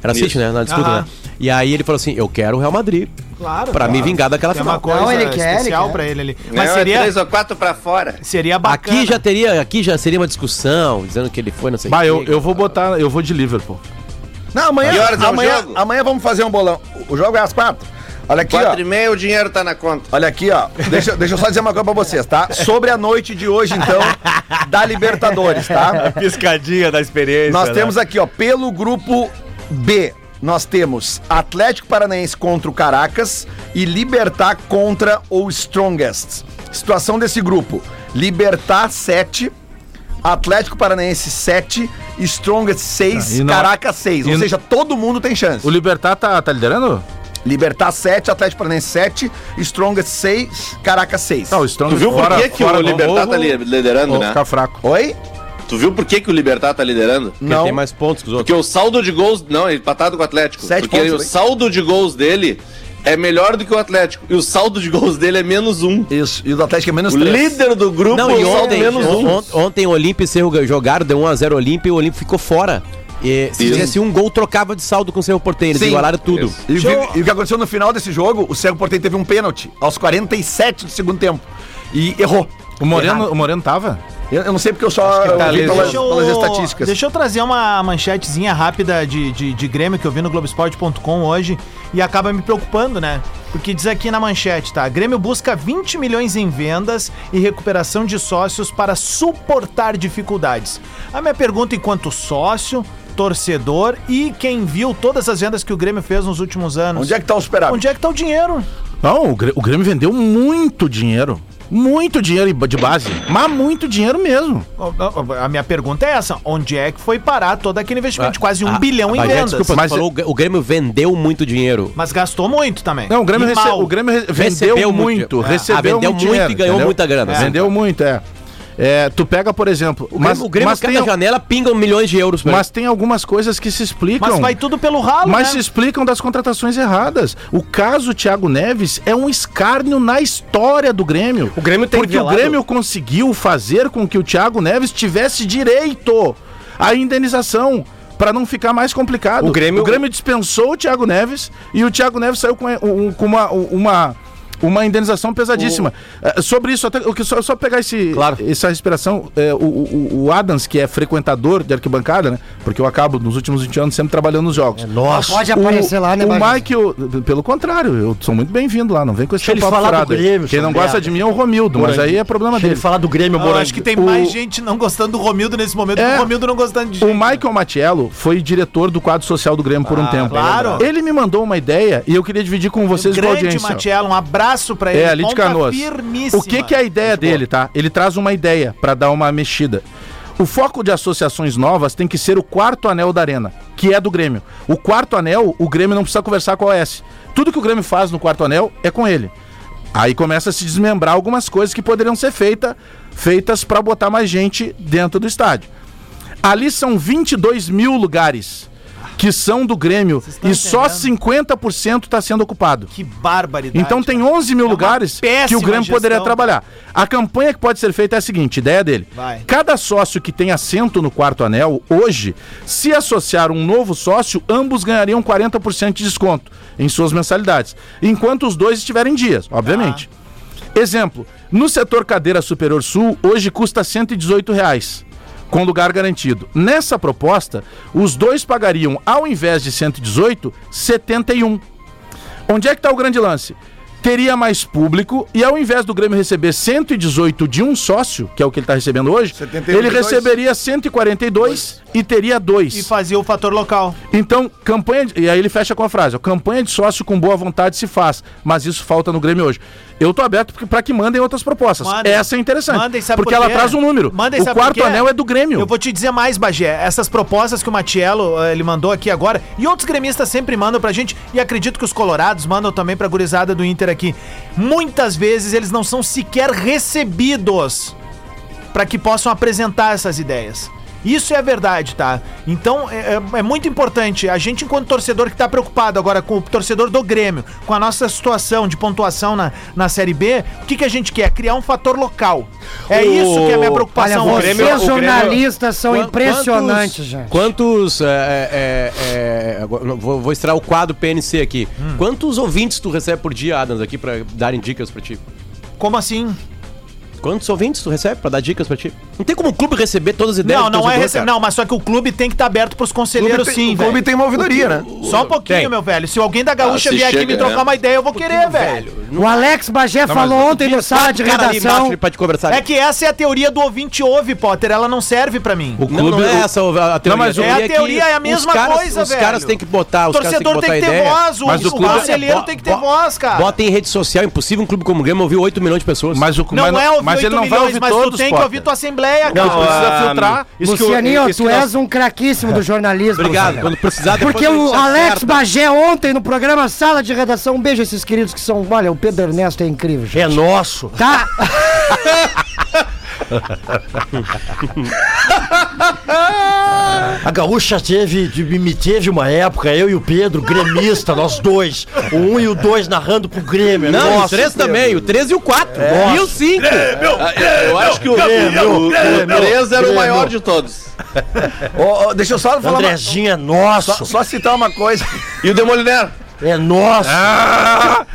S8: Era City, né? Na disputa,
S4: Aham.
S8: né? E aí ele falou assim, eu quero o Real Madrid
S4: Claro.
S8: pra me vingar tá daquela
S4: É uma
S8: final.
S4: coisa
S5: Não, ele quer, ele
S4: especial
S5: quer.
S4: pra ele ali.
S6: fora.
S4: Mas
S6: Não, é
S4: seria,
S6: Três ou quatro pra fora.
S4: seria bacana.
S8: Aqui já teria, aqui já seria uma discussão, dizendo que ele foi, não sei o
S3: Bah, eu,
S8: quê.
S3: eu vou botar, eu vou de Liverpool.
S2: Não, amanhã,
S6: Que horas é o
S2: amanhã,
S6: jogo?
S2: amanhã vamos fazer um bolão. O jogo é às quatro. Olha aqui, ó.
S6: Quatro e meia, o dinheiro tá na conta.
S2: Olha aqui, ó. Deixa, deixa eu só dizer uma coisa pra vocês, tá? Sobre a noite de hoje, então, da Libertadores, tá?
S7: Piscadinha da
S3: é,
S7: experiência. né?
S2: Nós
S3: né?
S2: temos aqui, ó, pelo grupo B, nós temos Atlético Paranaense contra o Caracas e Libertar contra o Strongest. Situação desse grupo: Libertar 7, Atlético Paranaense 7, Strongest 6,
S3: Ah, e não-
S2: Caracas 6.
S3: e
S2: Ou
S3: não-
S2: seja, todo mundo tem chance.
S3: O Libertar tá, tá liderando?
S2: Libertar 7, Atlético Paranaense 7, Strongest 6, Caracas 6.
S3: Não, Tá, o Strong
S6: Tu viu por que, que o
S3: do
S6: Libertar
S3: ovo,
S6: tá li- liderando,
S3: ovo
S6: né?
S3: Fica fraco.
S2: Oi?
S6: Tu viu por que, que o Libertar tá liderando?
S8: Porque
S2: Não.
S8: tem mais pontos que os
S6: Porque
S8: outros.
S6: o saldo de gols. Não, ele empatado com o Atlético.
S2: Sete
S6: porque
S2: pontos,
S6: o
S2: né?
S6: saldo de gols dele é melhor do que o Atlético. E o saldo de gols dele é menos um.
S2: Isso. E o do Atlético é menos
S6: O
S2: 3.
S6: líder do grupo
S8: Não,
S6: é
S8: e
S6: o saldo
S8: ontem,
S6: menos
S8: on-
S6: um.
S8: on- ontem o Olímpio e Cerro gan- jogaram, deu 1x0 o Olímpio e o Olímpio ficou fora. E, se
S6: Isso.
S8: tivesse um gol, trocava de saldo com o Cerro Porteiro, eles
S2: Sim.
S8: igualaram tudo.
S2: E, o que- e o que aconteceu no final desse jogo, o Cego Porteiro teve um pênalti aos 47 do segundo tempo. E errou.
S3: O Moreno,
S2: Errado.
S3: o Moreno tava?
S2: Eu, eu não sei porque eu só eu vi
S4: Deixa
S2: pelas,
S4: eu-
S2: pelas estatísticas.
S4: Deixa eu trazer uma manchetezinha rápida de, de, de Grêmio que eu vi no Globoesporte.com hoje e acaba me preocupando, né? Porque diz aqui na manchete, tá? Grêmio busca 20 milhões em vendas e recuperação de sócios para suportar dificuldades. A minha pergunta enquanto sócio, torcedor e quem viu todas as vendas que o Grêmio fez nos
S8: é
S4: últimos anos.
S2: Onde é que tá o superávit?
S4: Onde é que tá o dinheiro?
S3: Não, o Grê- o Grêmio vendeu muito dinheiro. muito dinheiro de base, mas muito dinheiro mesmo.
S4: A minha pergunta é essa: onde é que foi parar todo aquele investimento? de Quase um
S8: Ah,
S4: bilhão em
S8: mas,
S4: vendas.
S8: Desculpa,
S3: Mas-
S8: mas falou, o Gr- o Grêmio vendeu muito dinheiro.
S4: Mas gastou muito também.
S3: Não, o Grêmio,
S4: E
S3: rece-
S4: mal.
S3: o Grêmio re- vendeu
S8: Recebeu muito.
S3: muito,
S8: É.
S3: recebeu
S8: Ah, vendeu muito
S3: dinheiro,
S8: e ganhou
S3: entendeu?
S8: muita grana,
S3: É.
S8: sim.
S3: Vendeu muito, é. É, tu pega, por exemplo,
S8: O Grêmio,
S3: mas,
S8: o Grêmio
S3: mas,
S8: cada
S3: tem, um-
S8: janela pinga milhões de euros pra
S3: mas tem algumas coisas que se explicam.
S4: Mas vai tudo pelo ralo,
S3: Mas se
S4: né?
S3: explicam das contratações erradas. O caso Thiago Neves é um escárnio na história do Grêmio.
S7: O Grêmio tem
S3: Porque
S7: velado-
S3: o Grêmio conseguiu fazer com que o Thiago Neves tivesse direito à indenização. Pra não ficar mais complicado.
S7: O Grêmio-
S3: dispensou o Thiago Neves e o Thiago Neves saiu com, um- com uma, uma, uma indenização pesadíssima. Eh, Sobre isso, até, eu que- só, só pegar esse,
S8: Claro.
S3: essa respiração, é, o, o, o Adams, que é frequentador de arquibancada, né? Porque eu acabo nos últimos 20 anos sempre trabalhando nos jogos.
S5: Nossa. Pode aparecer
S3: o,
S5: lá, né,
S3: O
S5: Bagé?
S3: Mike, eu- pelo contrário, eu sou muito bem-vindo lá, não vem com esse
S7: Deixa ele
S3: papo
S7: falar do
S3: furado aí.
S7: Grêmio,
S3: Quem não
S7: Sandro.
S3: gosta de mim é o Romildo, mas aí é problema
S7: Deixa ele
S3: dele.
S7: falar do Grêmio,
S4: Eu
S7: Morango.
S4: acho que tem
S3: o-
S4: mais gente não gostando do Romildo nesse momento do
S3: É.
S4: que o Romildo não gostando de
S3: O
S4: gente.
S3: Michael Matiello foi diretor do quadro social do Grêmio por um
S4: Ah,
S3: tempo.
S4: claro.
S3: Ele me mandou uma ideia e eu queria dividir com vocês e com a
S4: grande
S3: audiência.
S4: Matiello, um abraço pra ele.
S3: É, ali de
S4: Ponta
S3: Canoas.
S4: firmíssima.
S3: O que, que é a ideia dele, tá? Ele traz uma ideia pra dar uma mexida. O foco de associações novas tem que ser o quarto anel da arena, que é do Grêmio. O quarto anel, o Grêmio não precisa conversar com a OS. Tudo que o Grêmio faz no quarto anel é com ele. Aí começa a se desmembrar algumas coisas que poderiam ser feita, feitas pra botar mais gente dentro do estádio. Ali são 22 mil lugares que são do Grêmio
S4: estão
S3: e só
S4: entendendo?
S3: 50% está tá sendo ocupado.
S4: Que barbaridade.
S3: Então tem 11 mil
S4: É uma
S3: lugares que
S4: péssima
S3: o Grêmio
S4: gestão.
S3: poderia trabalhar. A campanha que pode ser feita é a seguinte, ideia dele.
S4: Vai.
S3: Cada sócio que tem assento no quarto anel, hoje, se associar um novo sócio, ambos ganhariam 40% de desconto em suas mensalidades. Enquanto os dois estiverem em dias, obviamente. Exemplo, no setor cadeira superior sul, hoje custa R$ 118 reais, com lugar garantido. Nessa proposta, os dois pagariam, ao invés de 118, 71. Onde é que está o grande lance? Teria mais público e ao invés do Grêmio receber 118 de um sócio, que é o que ele está recebendo hoje,
S2: 71
S3: ele
S2: de dois.
S3: receberia 142 e teria dois.
S4: E fazia o fator local.
S3: Então, campanha. de- E aí ele fecha com a frase: ó, campanha de sócio com boa vontade se faz, mas isso falta no Grêmio hoje. Eu tô aberto porque- pra que mandem outras propostas.
S4: Mandem.
S3: Essa é interessante.
S4: Mandem, sabe
S3: porque
S4: por
S3: ela
S4: quê?
S3: traz um número.
S4: Mandem,
S3: o
S4: sabe por
S3: quarto
S4: quê?
S3: anel é do Grêmio.
S4: Eu vou te dizer mais, Bagé. Essas propostas que o Matiello eh, ele mandou aqui agora, e outros gremistas sempre mandam pra gente, e acredito que os colorados mandam também pra gurizada do Inter aqui. Muitas vezes eles não são sequer recebidos pra que possam apresentar essas ideias. Isso é a verdade, tá? Então é, é- é muito importante. A gente, enquanto torcedor que tá preocupado agora com o torcedor do Grêmio, com a nossa situação de pontuação na, na Série B, o que, que a gente quer? Criar um fator local. É
S7: O-
S4: isso que é a minha
S5: Olha,
S4: preocupação. hoje.
S5: vocês
S7: Grêmio- o
S5: jornalistas são
S8: Quan-
S5: impressionantes,
S8: quantos-
S5: um gente.
S8: Quantos. é, é, é, agora, não, vou, vou extrair o quadro PNC aqui. Quantos ouvintes tu recebe por dia, Adams, aqui pra darem dicas pra ti?
S4: Como assim?
S8: Quantos ouvintes tu recebe pra dar dicas pra ti? Não tem como o clube receber todas as ideias
S4: não,
S8: do
S4: não é
S8: torcedor,
S4: rece...
S8: cara.
S4: não, mas só que o clube tem que estar aberto pros conselheiros
S2: tem-
S4: tá sim,
S2: o clube
S4: velho.
S2: tem uma ouvidoria, né?
S4: Só um pouquinho,
S8: Tem.
S4: meu velho. Se alguém da Gaúcha
S6: Ah, se
S4: vier aqui
S6: chega,
S4: me trocar
S6: né?
S4: uma ideia, eu vou querer, velho.
S5: O Alex Bagé falou ontem no sala de
S8: Quatro caras ali
S5: redação.
S8: embaixo pra te conversar.
S4: Tá É que essa é a teoria do ouvinte ouve, Potter. Ela não serve pra mim.
S8: O clube, não, não é essa a teoria.
S3: mas
S8: a
S4: é a
S8: teoria,
S4: teoria, é a
S8: que
S4: mesma
S8: os caras,
S4: coisa,
S8: os
S4: velho.
S8: caras têm que botar,
S4: o
S8: os caras têm que
S4: torcedor tem
S8: botar
S4: que, ter
S8: ideia.
S4: voz, o, é
S3: Mas o
S4: o
S3: clube-
S4: conselheiro
S8: Bo-
S4: tem que ter
S8: bo-
S4: voz, cara.
S8: Bota em rede social, é impossível um clube como o Grêmio ouvir 8 milhões de pessoas.
S3: Mas, o,
S4: Não
S3: mas,
S4: é ouvir
S3: mas
S4: 8
S3: ele não vai
S4: milhões,
S3: ouvir
S4: mas
S3: todos
S4: tu tem que ouvir tua assembleia, cara.
S3: precisa
S7: Ah,
S3: filtrar.
S7: isso que eu-
S5: Lucianinho,
S7: isso
S5: tu
S7: que nós-
S5: és um craquíssimo do jornalismo.
S8: Obrigado,
S5: Luciano.
S8: Tá quando precisar Ah, depois
S5: Porque
S8: a gente
S5: o Alex
S8: acerta.
S5: Bagé ontem no programa Sala de Redação, um beijo a esses queridos que são, olha, o Pedro Ernesto é incrível, gente.
S7: É nosso.
S5: Tá?
S7: A gaúcha teve, de- me teve uma época, eu e o Pedro, gremista, nós dois. O um e o dois narrando pro Grêmio. é
S8: Não,
S7: nosso,
S8: o 3
S7: Pedro.
S8: também, o 3 e o
S9: É
S8: 4. E o 5.
S6: Ah, eu- Eu acho que o 3 era o maior de todos.
S2: Ô, ô, deixa eu só falar. Uma,
S7: Andrezinho é nosso.
S2: só, só citar uma coisa.
S6: E o Demoliner?
S7: É nosso.
S5: Ah,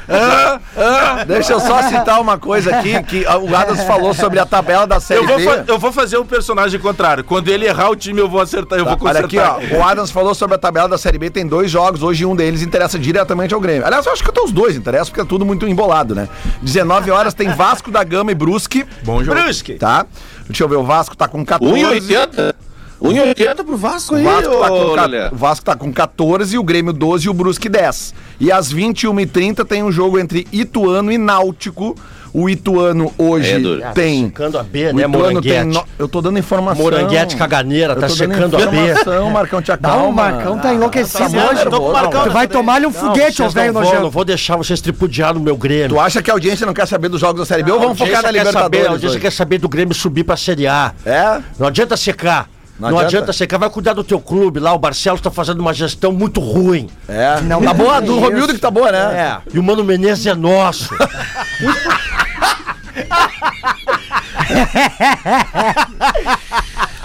S2: Deixa eu só citar uma coisa aqui que a- o Adams falou sobre a tabela da série
S3: Eu vou,
S2: B.
S3: fa- eu vou fazer o personagem contrário. Quando ele errar o time, eu vou acertar, eu vou
S2: Olha aqui,
S3: consertar.
S2: ó. O Adams falou sobre a tabela da Série B. Tem dois jogos. Hoje um deles interessa diretamente ao Grêmio. Aliás, eu acho que até os dois interessam, porque é tudo muito embolado, né? 19 horas tem Vasco da Gama e Brusque.
S3: Bom jogo. Um
S2: Tá? Deixa eu ver, o Vasco tá com 14.
S6: 1,80? 1,80 pro Vasco
S2: O
S6: aí,
S2: Vasco, tá com,
S6: ô,
S2: ca-
S6: Lelê.
S2: o Vasco tá com 14, o Grêmio 12 e o Brusque 10. E às 21h30 tem um jogo entre Ituano e Náutico. O Ituano hoje
S6: É, Dudu.
S2: tem.
S9: Checando a B,
S2: O
S9: né,
S2: Ituano
S9: Moranguete?
S2: tem. no- Eu tô dando informação.
S9: Moranguete caganeira,
S2: Eu
S9: tá
S2: tô dando
S9: checando a B.
S2: informação, Marcão, te
S5: Dá
S2: acalma.
S5: um Marcão, tá enlouquecendo
S4: Tá
S5: hoje.
S4: eu tô com o Marcão
S5: Tu vai
S4: nessa daí.
S5: tomar-lhe um
S9: Não,
S5: foguete, ô
S9: vocês não
S5: velho
S9: vão, Não
S5: nojento.
S9: vou deixar vocês tripudiar no meu Grêmio.
S2: Tu acha que a audiência não quer saber dos jogos da Série B ou vamos focar na
S9: Audiência quer Saber, a
S2: Libertadores?
S9: audiência
S2: hoje?
S9: quer saber do Grêmio subir pra Série A.
S2: É?
S9: Não adianta secar.
S2: Não
S9: Não,
S2: adianta.
S9: adianta. secar. Vai cuidar do teu clube lá. O Barcelos tá fazendo uma gestão muito ruim.
S2: É.
S5: Não,
S2: tá
S5: não
S2: boa,
S5: é
S2: do
S5: isso.
S2: Romildo que tá boa, né?
S9: E o Mano Menezes é nosso.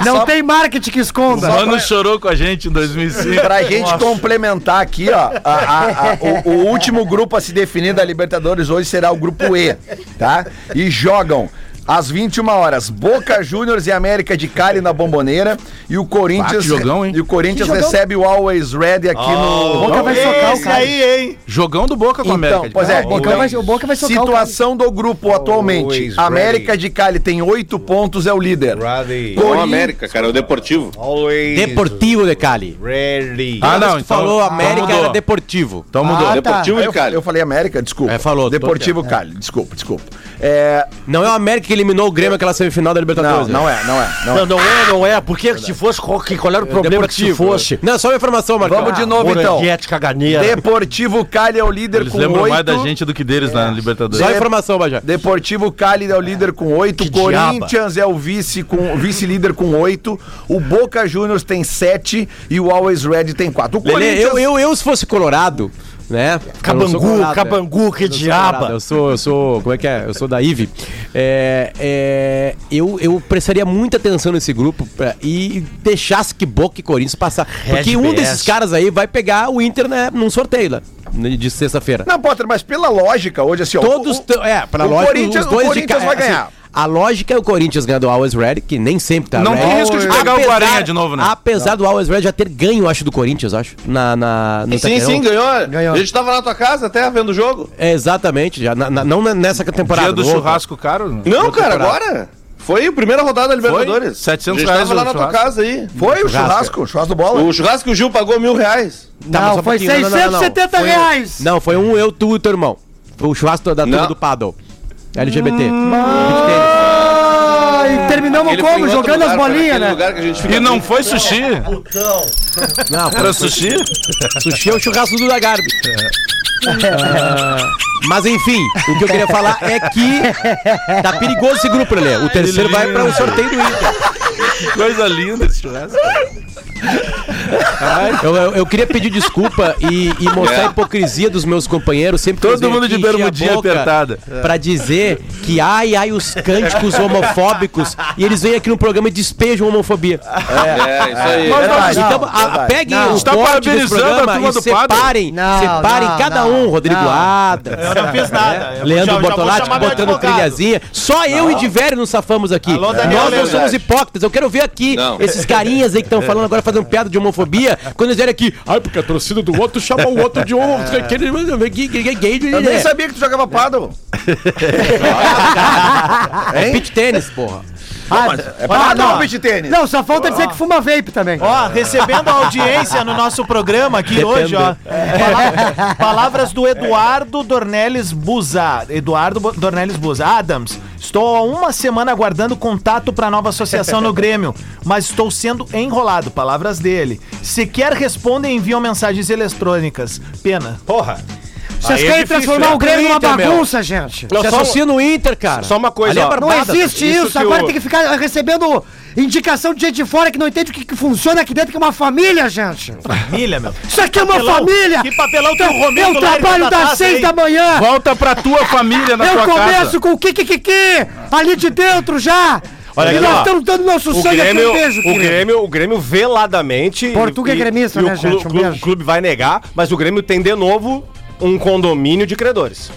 S5: Não tem marketing que esconda.
S3: O Mano chorou com a gente em 2005.
S2: Pra gente complementar aqui, ó, a- a- a- o, o último grupo a se definir da Libertadores hoje será o grupo E, tá? E jogam às 21 horas Boca Juniors e América de Cali na Bomboneira e o Corinthians
S3: Ah, que jogão, hein?
S2: e o Corinthians
S5: Que jogão.
S2: recebe o Always Ready aqui no
S5: Boca vai socar o
S4: Esse
S5: cara.
S4: aí, hein?
S3: Jogão do Boca com a América.
S2: Então,
S3: de
S2: pois é,
S3: Cali.
S5: O Boca
S2: então,
S5: vai- o Boca vai socar o
S2: situação do grupo atualmente. América de Cali tem oito pontos, é o líder.
S10: Ready.
S6: Não,
S2: Corin-
S6: América, cara, é o Deportivo.
S10: Always
S8: Deportivo de Cali.
S10: ready.
S3: Ah, não,
S8: Tu
S9: então-
S8: falou
S7: então-
S8: América era Deportivo.
S3: Então mudou.
S5: Ah, tá.
S6: Deportivo
S2: Eu,
S6: de Cali.
S2: eu falei América, desculpa.
S8: É, falou, tô
S2: Deportivo Cali, desculpa, desculpa. É,
S8: Não é o América que eliminou o Grêmio naquela semifinal da
S2: não,
S8: Libertadores.
S2: não é, não é, não é.
S9: não, não é, não é. Porque se fosse, qual, que- qual era o problema que se fosse?
S8: Não, só uma informação, Marcão.
S2: Vamos de novo então.
S9: Moranguete, caganeira.
S2: Deportivo Cali é o líder
S3: Eles
S2: com
S3: lembram mais
S2: oito.
S3: da gente do que deles na Libertadores.
S8: Só uma informação, Bajá.
S2: Deportivo Cali é o líder com oito.
S9: Que
S2: Corinthians é o vice com vice-líder com oito. O Boca Juniors tem sete e o Always Red tem quatro. O
S8: Lelê, eu, eu, eu se fosse Colorado, né? Eu não
S4: é.
S8: sou
S9: Cabangu,
S8: colorado, né?
S9: Cabangu, que
S8: Eu não sou colorado,
S9: diaba.
S8: Eu sou, eu sou, como é que é? Eu sou da IVE. É, é, eu, eu prestaria muita atenção nesse grupo pra- e deixasse que Boca e Corinthians passar. Porque um
S9: BS.
S8: desses caras aí vai pegar o Inter né, num sorteio lá, né, de sexta-feira.
S2: Não, Potter, mas pela lógica hoje, assim, ó,
S8: Todos.
S2: o-
S8: tão- é, pra
S2: o
S8: lógica,
S2: Corinthians-
S8: os dois
S2: o Corinthians
S8: de ca-
S2: vai
S8: assim,
S2: ganhar.
S8: a lógica é o Corinthians ganhando o Always Red, que nem sempre tá
S3: Não
S8: red.
S3: tem risco de pegar o Guarenha de novo, né?
S8: Apesar do Always Red já ter ganho, acho, do Corinthians, acho. Na, na, no
S6: Sim,
S8: Itaquerão.
S6: sim, ganhou.
S5: Ganhou.
S6: A gente tava na tua casa até vendo o jogo.
S8: É, exatamente, já. na- na- não na- nessa temporada.
S3: Dia do
S8: no outro.
S3: churrasco caro. né?
S6: Não, cara, agora. Foi a primeira rodada da Libertadores.
S3: 700
S6: A gente
S3: reais
S6: tava lá
S3: o
S6: na tua
S3: churrasco.
S6: casa aí.
S2: Foi o churrasco, churrasco do bola.
S6: O churrasco que o Gil pagou mil reais.
S8: Tá, mas só
S5: Não,
S8: um
S5: foi
S8: pouquinho, não, não, não, não.
S5: 670
S8: Foi um-
S5: reais.
S8: Não, foi um eu, tu e teu irmão. Foi o churrasco da turma
S6: Não.
S8: do Paddle. LGBT.
S5: Ah, e terminamos
S6: Ele foi em
S5: como?
S6: outro
S5: Jogando as
S6: lugar, cara,
S5: bolinhas,
S6: aquele
S5: né?
S6: lugar que a gente fica
S3: E não
S6: triste.
S3: foi sushi?
S8: Não, foi
S3: Era sushi?
S8: sushi é o churrasco do Dagarbi. Ah. Mas enfim, o que eu queria falar é que tá perigoso esse grupo, Lelê. O terceiro vai pra um sorteio do Inter.
S3: Coisa linda esse churrasco.
S8: Eu, eu- eu queria pedir desculpa e, e mostrar a hipocrisia dos meus companheiros sempre que
S3: É. Todo
S8: eles vêm
S3: mundo
S8: aqui
S3: de
S8: encher a
S3: bermudinha
S8: boca
S3: apertada.
S8: Pra dizer que ai, ai, os cânticos homofóbicos. E eles vêm aqui no programa e despejam homofobia.
S6: É, isso aí.
S2: Mas nós-
S5: não,
S8: então, a- peguem
S5: Não.
S8: os
S3: Está
S8: cortes desse
S3: parabenizando a
S8: programa
S3: turma
S8: e
S3: do
S8: separem,
S5: Não,
S8: separem
S5: não,
S8: cada
S5: não,
S8: um, Rodrigo
S5: não.
S8: Ada.
S4: Eu não fiz nada. Eu
S8: Leandro
S4: já- já vou
S8: Bortolatti
S4: chamar meu
S8: botando
S4: advogado.
S8: trilhazinha. Só eu e Diverio nos safamos aqui.
S4: Alô, Daniel
S8: Nós não
S4: Leandro.
S8: somos hipócritas. Eu quero ver aqui
S6: Não.
S8: esses carinhas aí que estão falando agora, fazendo piada de homofobia. Quando eles vierem aqui, ai, porque a torcida do outro chama o outro de homo- aquele- gay, gay, gay, gay,
S2: Eu
S3: É.
S2: nem
S8: né?
S2: sabia que tu jogava paddle.
S8: É pitch tênis, porra.
S2: É
S5: Ah,
S2: paddle
S5: não.
S2: ou beach tênis?
S5: Não, só falta dizer que fuma vape também.
S4: Ó, recebendo a audiência no nosso programa aqui hoje, ó. Pala- palavras do Eduardo Dornelles Buza. Eduardo Bo- Dornelles Buza. Adams, estou há uma semana aguardando contato para nova associação no Grêmio, mas estou sendo enrolado. Palavras dele. Sequer respondem e enviam mensagens eletrônicas. Pena.
S10: Porra.
S5: Vocês
S10: Aí é
S5: querem
S10: difícil,
S5: transformar
S10: né?
S5: o Grêmio numa
S8: Inter, meu.
S5: bagunça, gente.
S8: Se associa no Inter, cara.
S10: Só uma coisa,
S8: Ali é
S10: ó.
S5: Não
S8: barbada.
S5: existe
S10: isso
S5: isso.
S10: que
S5: Agora
S10: o-
S5: tem que ficar recebendo indicação de gente de fora que não entende o que, que funciona aqui dentro, que é uma família, gente.
S4: Milha, meu.
S5: Isso aqui é uma
S4: Papelão.
S5: família.
S4: Que papelão que o Romildo
S5: Eu
S4: Lerner
S5: trabalho
S4: tá
S5: das
S4: atrás,
S5: seis
S4: hein?
S5: da manhã.
S3: Volta pra tua família na
S5: Eu
S3: tua
S5: começo
S3: casa.
S5: com o Kikikiki ali de dentro já.
S10: Olha
S5: e
S10: aqui,
S5: nós
S10: ó.
S5: estamos dando nosso
S10: O
S5: sangue aqui,
S10: Grêmio,
S5: um beijo,
S10: o,
S5: querido.
S10: Grêmio, o Grêmio veladamente. e-
S5: Portuga é
S10: e-
S5: gremista,
S10: e
S5: né,
S10: o clu-
S5: gente? Um
S10: clu-
S5: beijo.
S10: clube vai negar, mas o Grêmio tem de novo um condomínio de credores.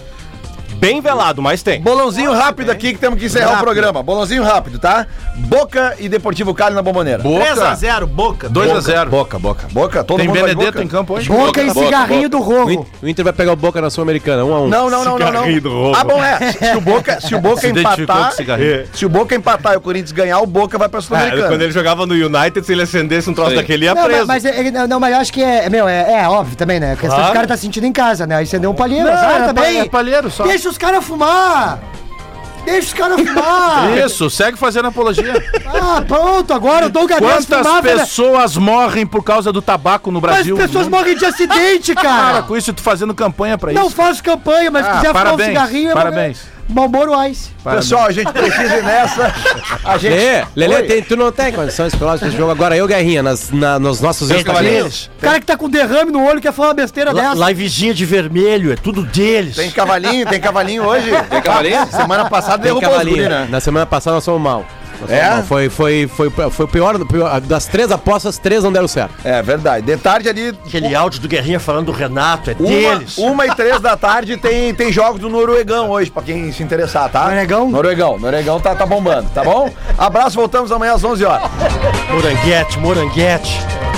S7: Bem velado, mas tem.
S2: Bolãozinho rápido aqui que temos que encerrar o programa. Bolãozinho rápido, tá? Boca e Deportivo Cali na bomboneira.
S3: Boca,
S4: 3x0, boca.
S3: 2x0
S2: Boca, boca. Boca, todo
S3: Tem
S2: mundo vai de
S3: Benedetto
S2: Boca?
S3: em campo hoje?
S5: Boca e
S6: Boca,
S5: cigarrinho do
S8: O
S5: Rogo.
S8: In- O Inter vai pegar o Boca na Sul-Americana, um a um.
S2: Não, não, não, não,
S7: Cigarrinho do
S2: não.
S7: Rogo.
S2: Ah, bom, é. Se o Boca, se o Boca
S3: Se identificou com
S2: empatar,
S3: o cigarrinho.
S2: se o Boca empatar e o Corinthians ganhar, o Boca vai pra
S7: É, quando
S2: Sul-Americana.
S7: ele jogava no United, se ele acendesse um troço daquele, ia
S5: Não, mas,
S7: preso.
S5: mas ele- não, não, mas eu acho que é. Meu, é, é óbvio também, né? A questão
S7: Claro.
S5: que o cara tá sentindo em casa, né? Aí você deu um palheiro, azar
S3: é
S5: também.
S3: pa- é palheiro só.
S5: Deixa os caras fumar! Deixa os caras fumar!
S3: Isso, segue fazendo apologia.
S5: ah, pronto, agora o Dom Gabriel
S3: Quantas
S5: fumava. velho.
S3: pessoas morrem por causa do tabaco no
S5: Mas
S3: Brasil?
S5: as pessoas
S3: Não
S5: morrem de acidente,
S3: Para
S5: cara!
S3: com isso, tu fazendo campanha pra
S5: Não
S3: isso.
S5: faço campanha, mas se
S3: Ah,
S5: quiser fumar um
S3: parabéns,
S5: cigarrinho,
S3: parabéns.
S5: Malboro Ice.
S2: Pessoal, a gente precisa ir nessa. A gente...
S8: Lelê, Lelê,
S2: Oi.
S8: tem- tu não tem condições psicológicas de jogo agora, eu, Guerrinha, nas, na- nos nossos Instagrams.
S5: O cara que tá com derrame no olho quer falar uma besteira dessa.
S9: Livezinha de vermelho, é tudo deles.
S2: Tem cavalinho, tem cavalinho hoje.
S6: Tem cavalinho?
S2: Semana passada
S8: Tem
S2: derrubou os guri,
S8: cavalinho.
S2: né?
S8: Na semana passada nós fomos mal. Nós fomos
S2: É?
S8: mal. Foi, foi, foi, foi o pior, o pior- Das três apostas, três não deram certo.
S2: É verdade. De tarde ali, um-
S9: Aquele áudio do Guerrinha falando do Renato, é deles.
S2: uma, uma e três da tarde, tem, tem jogos do Noruegão hoje, pra quem se interessar, tá?
S5: Noruegão?
S2: Noruegão. Noruegão tá, tá bombando, tá bom? Abraço, voltamos amanhã às 11 horas.
S9: Moranguete, moranguete.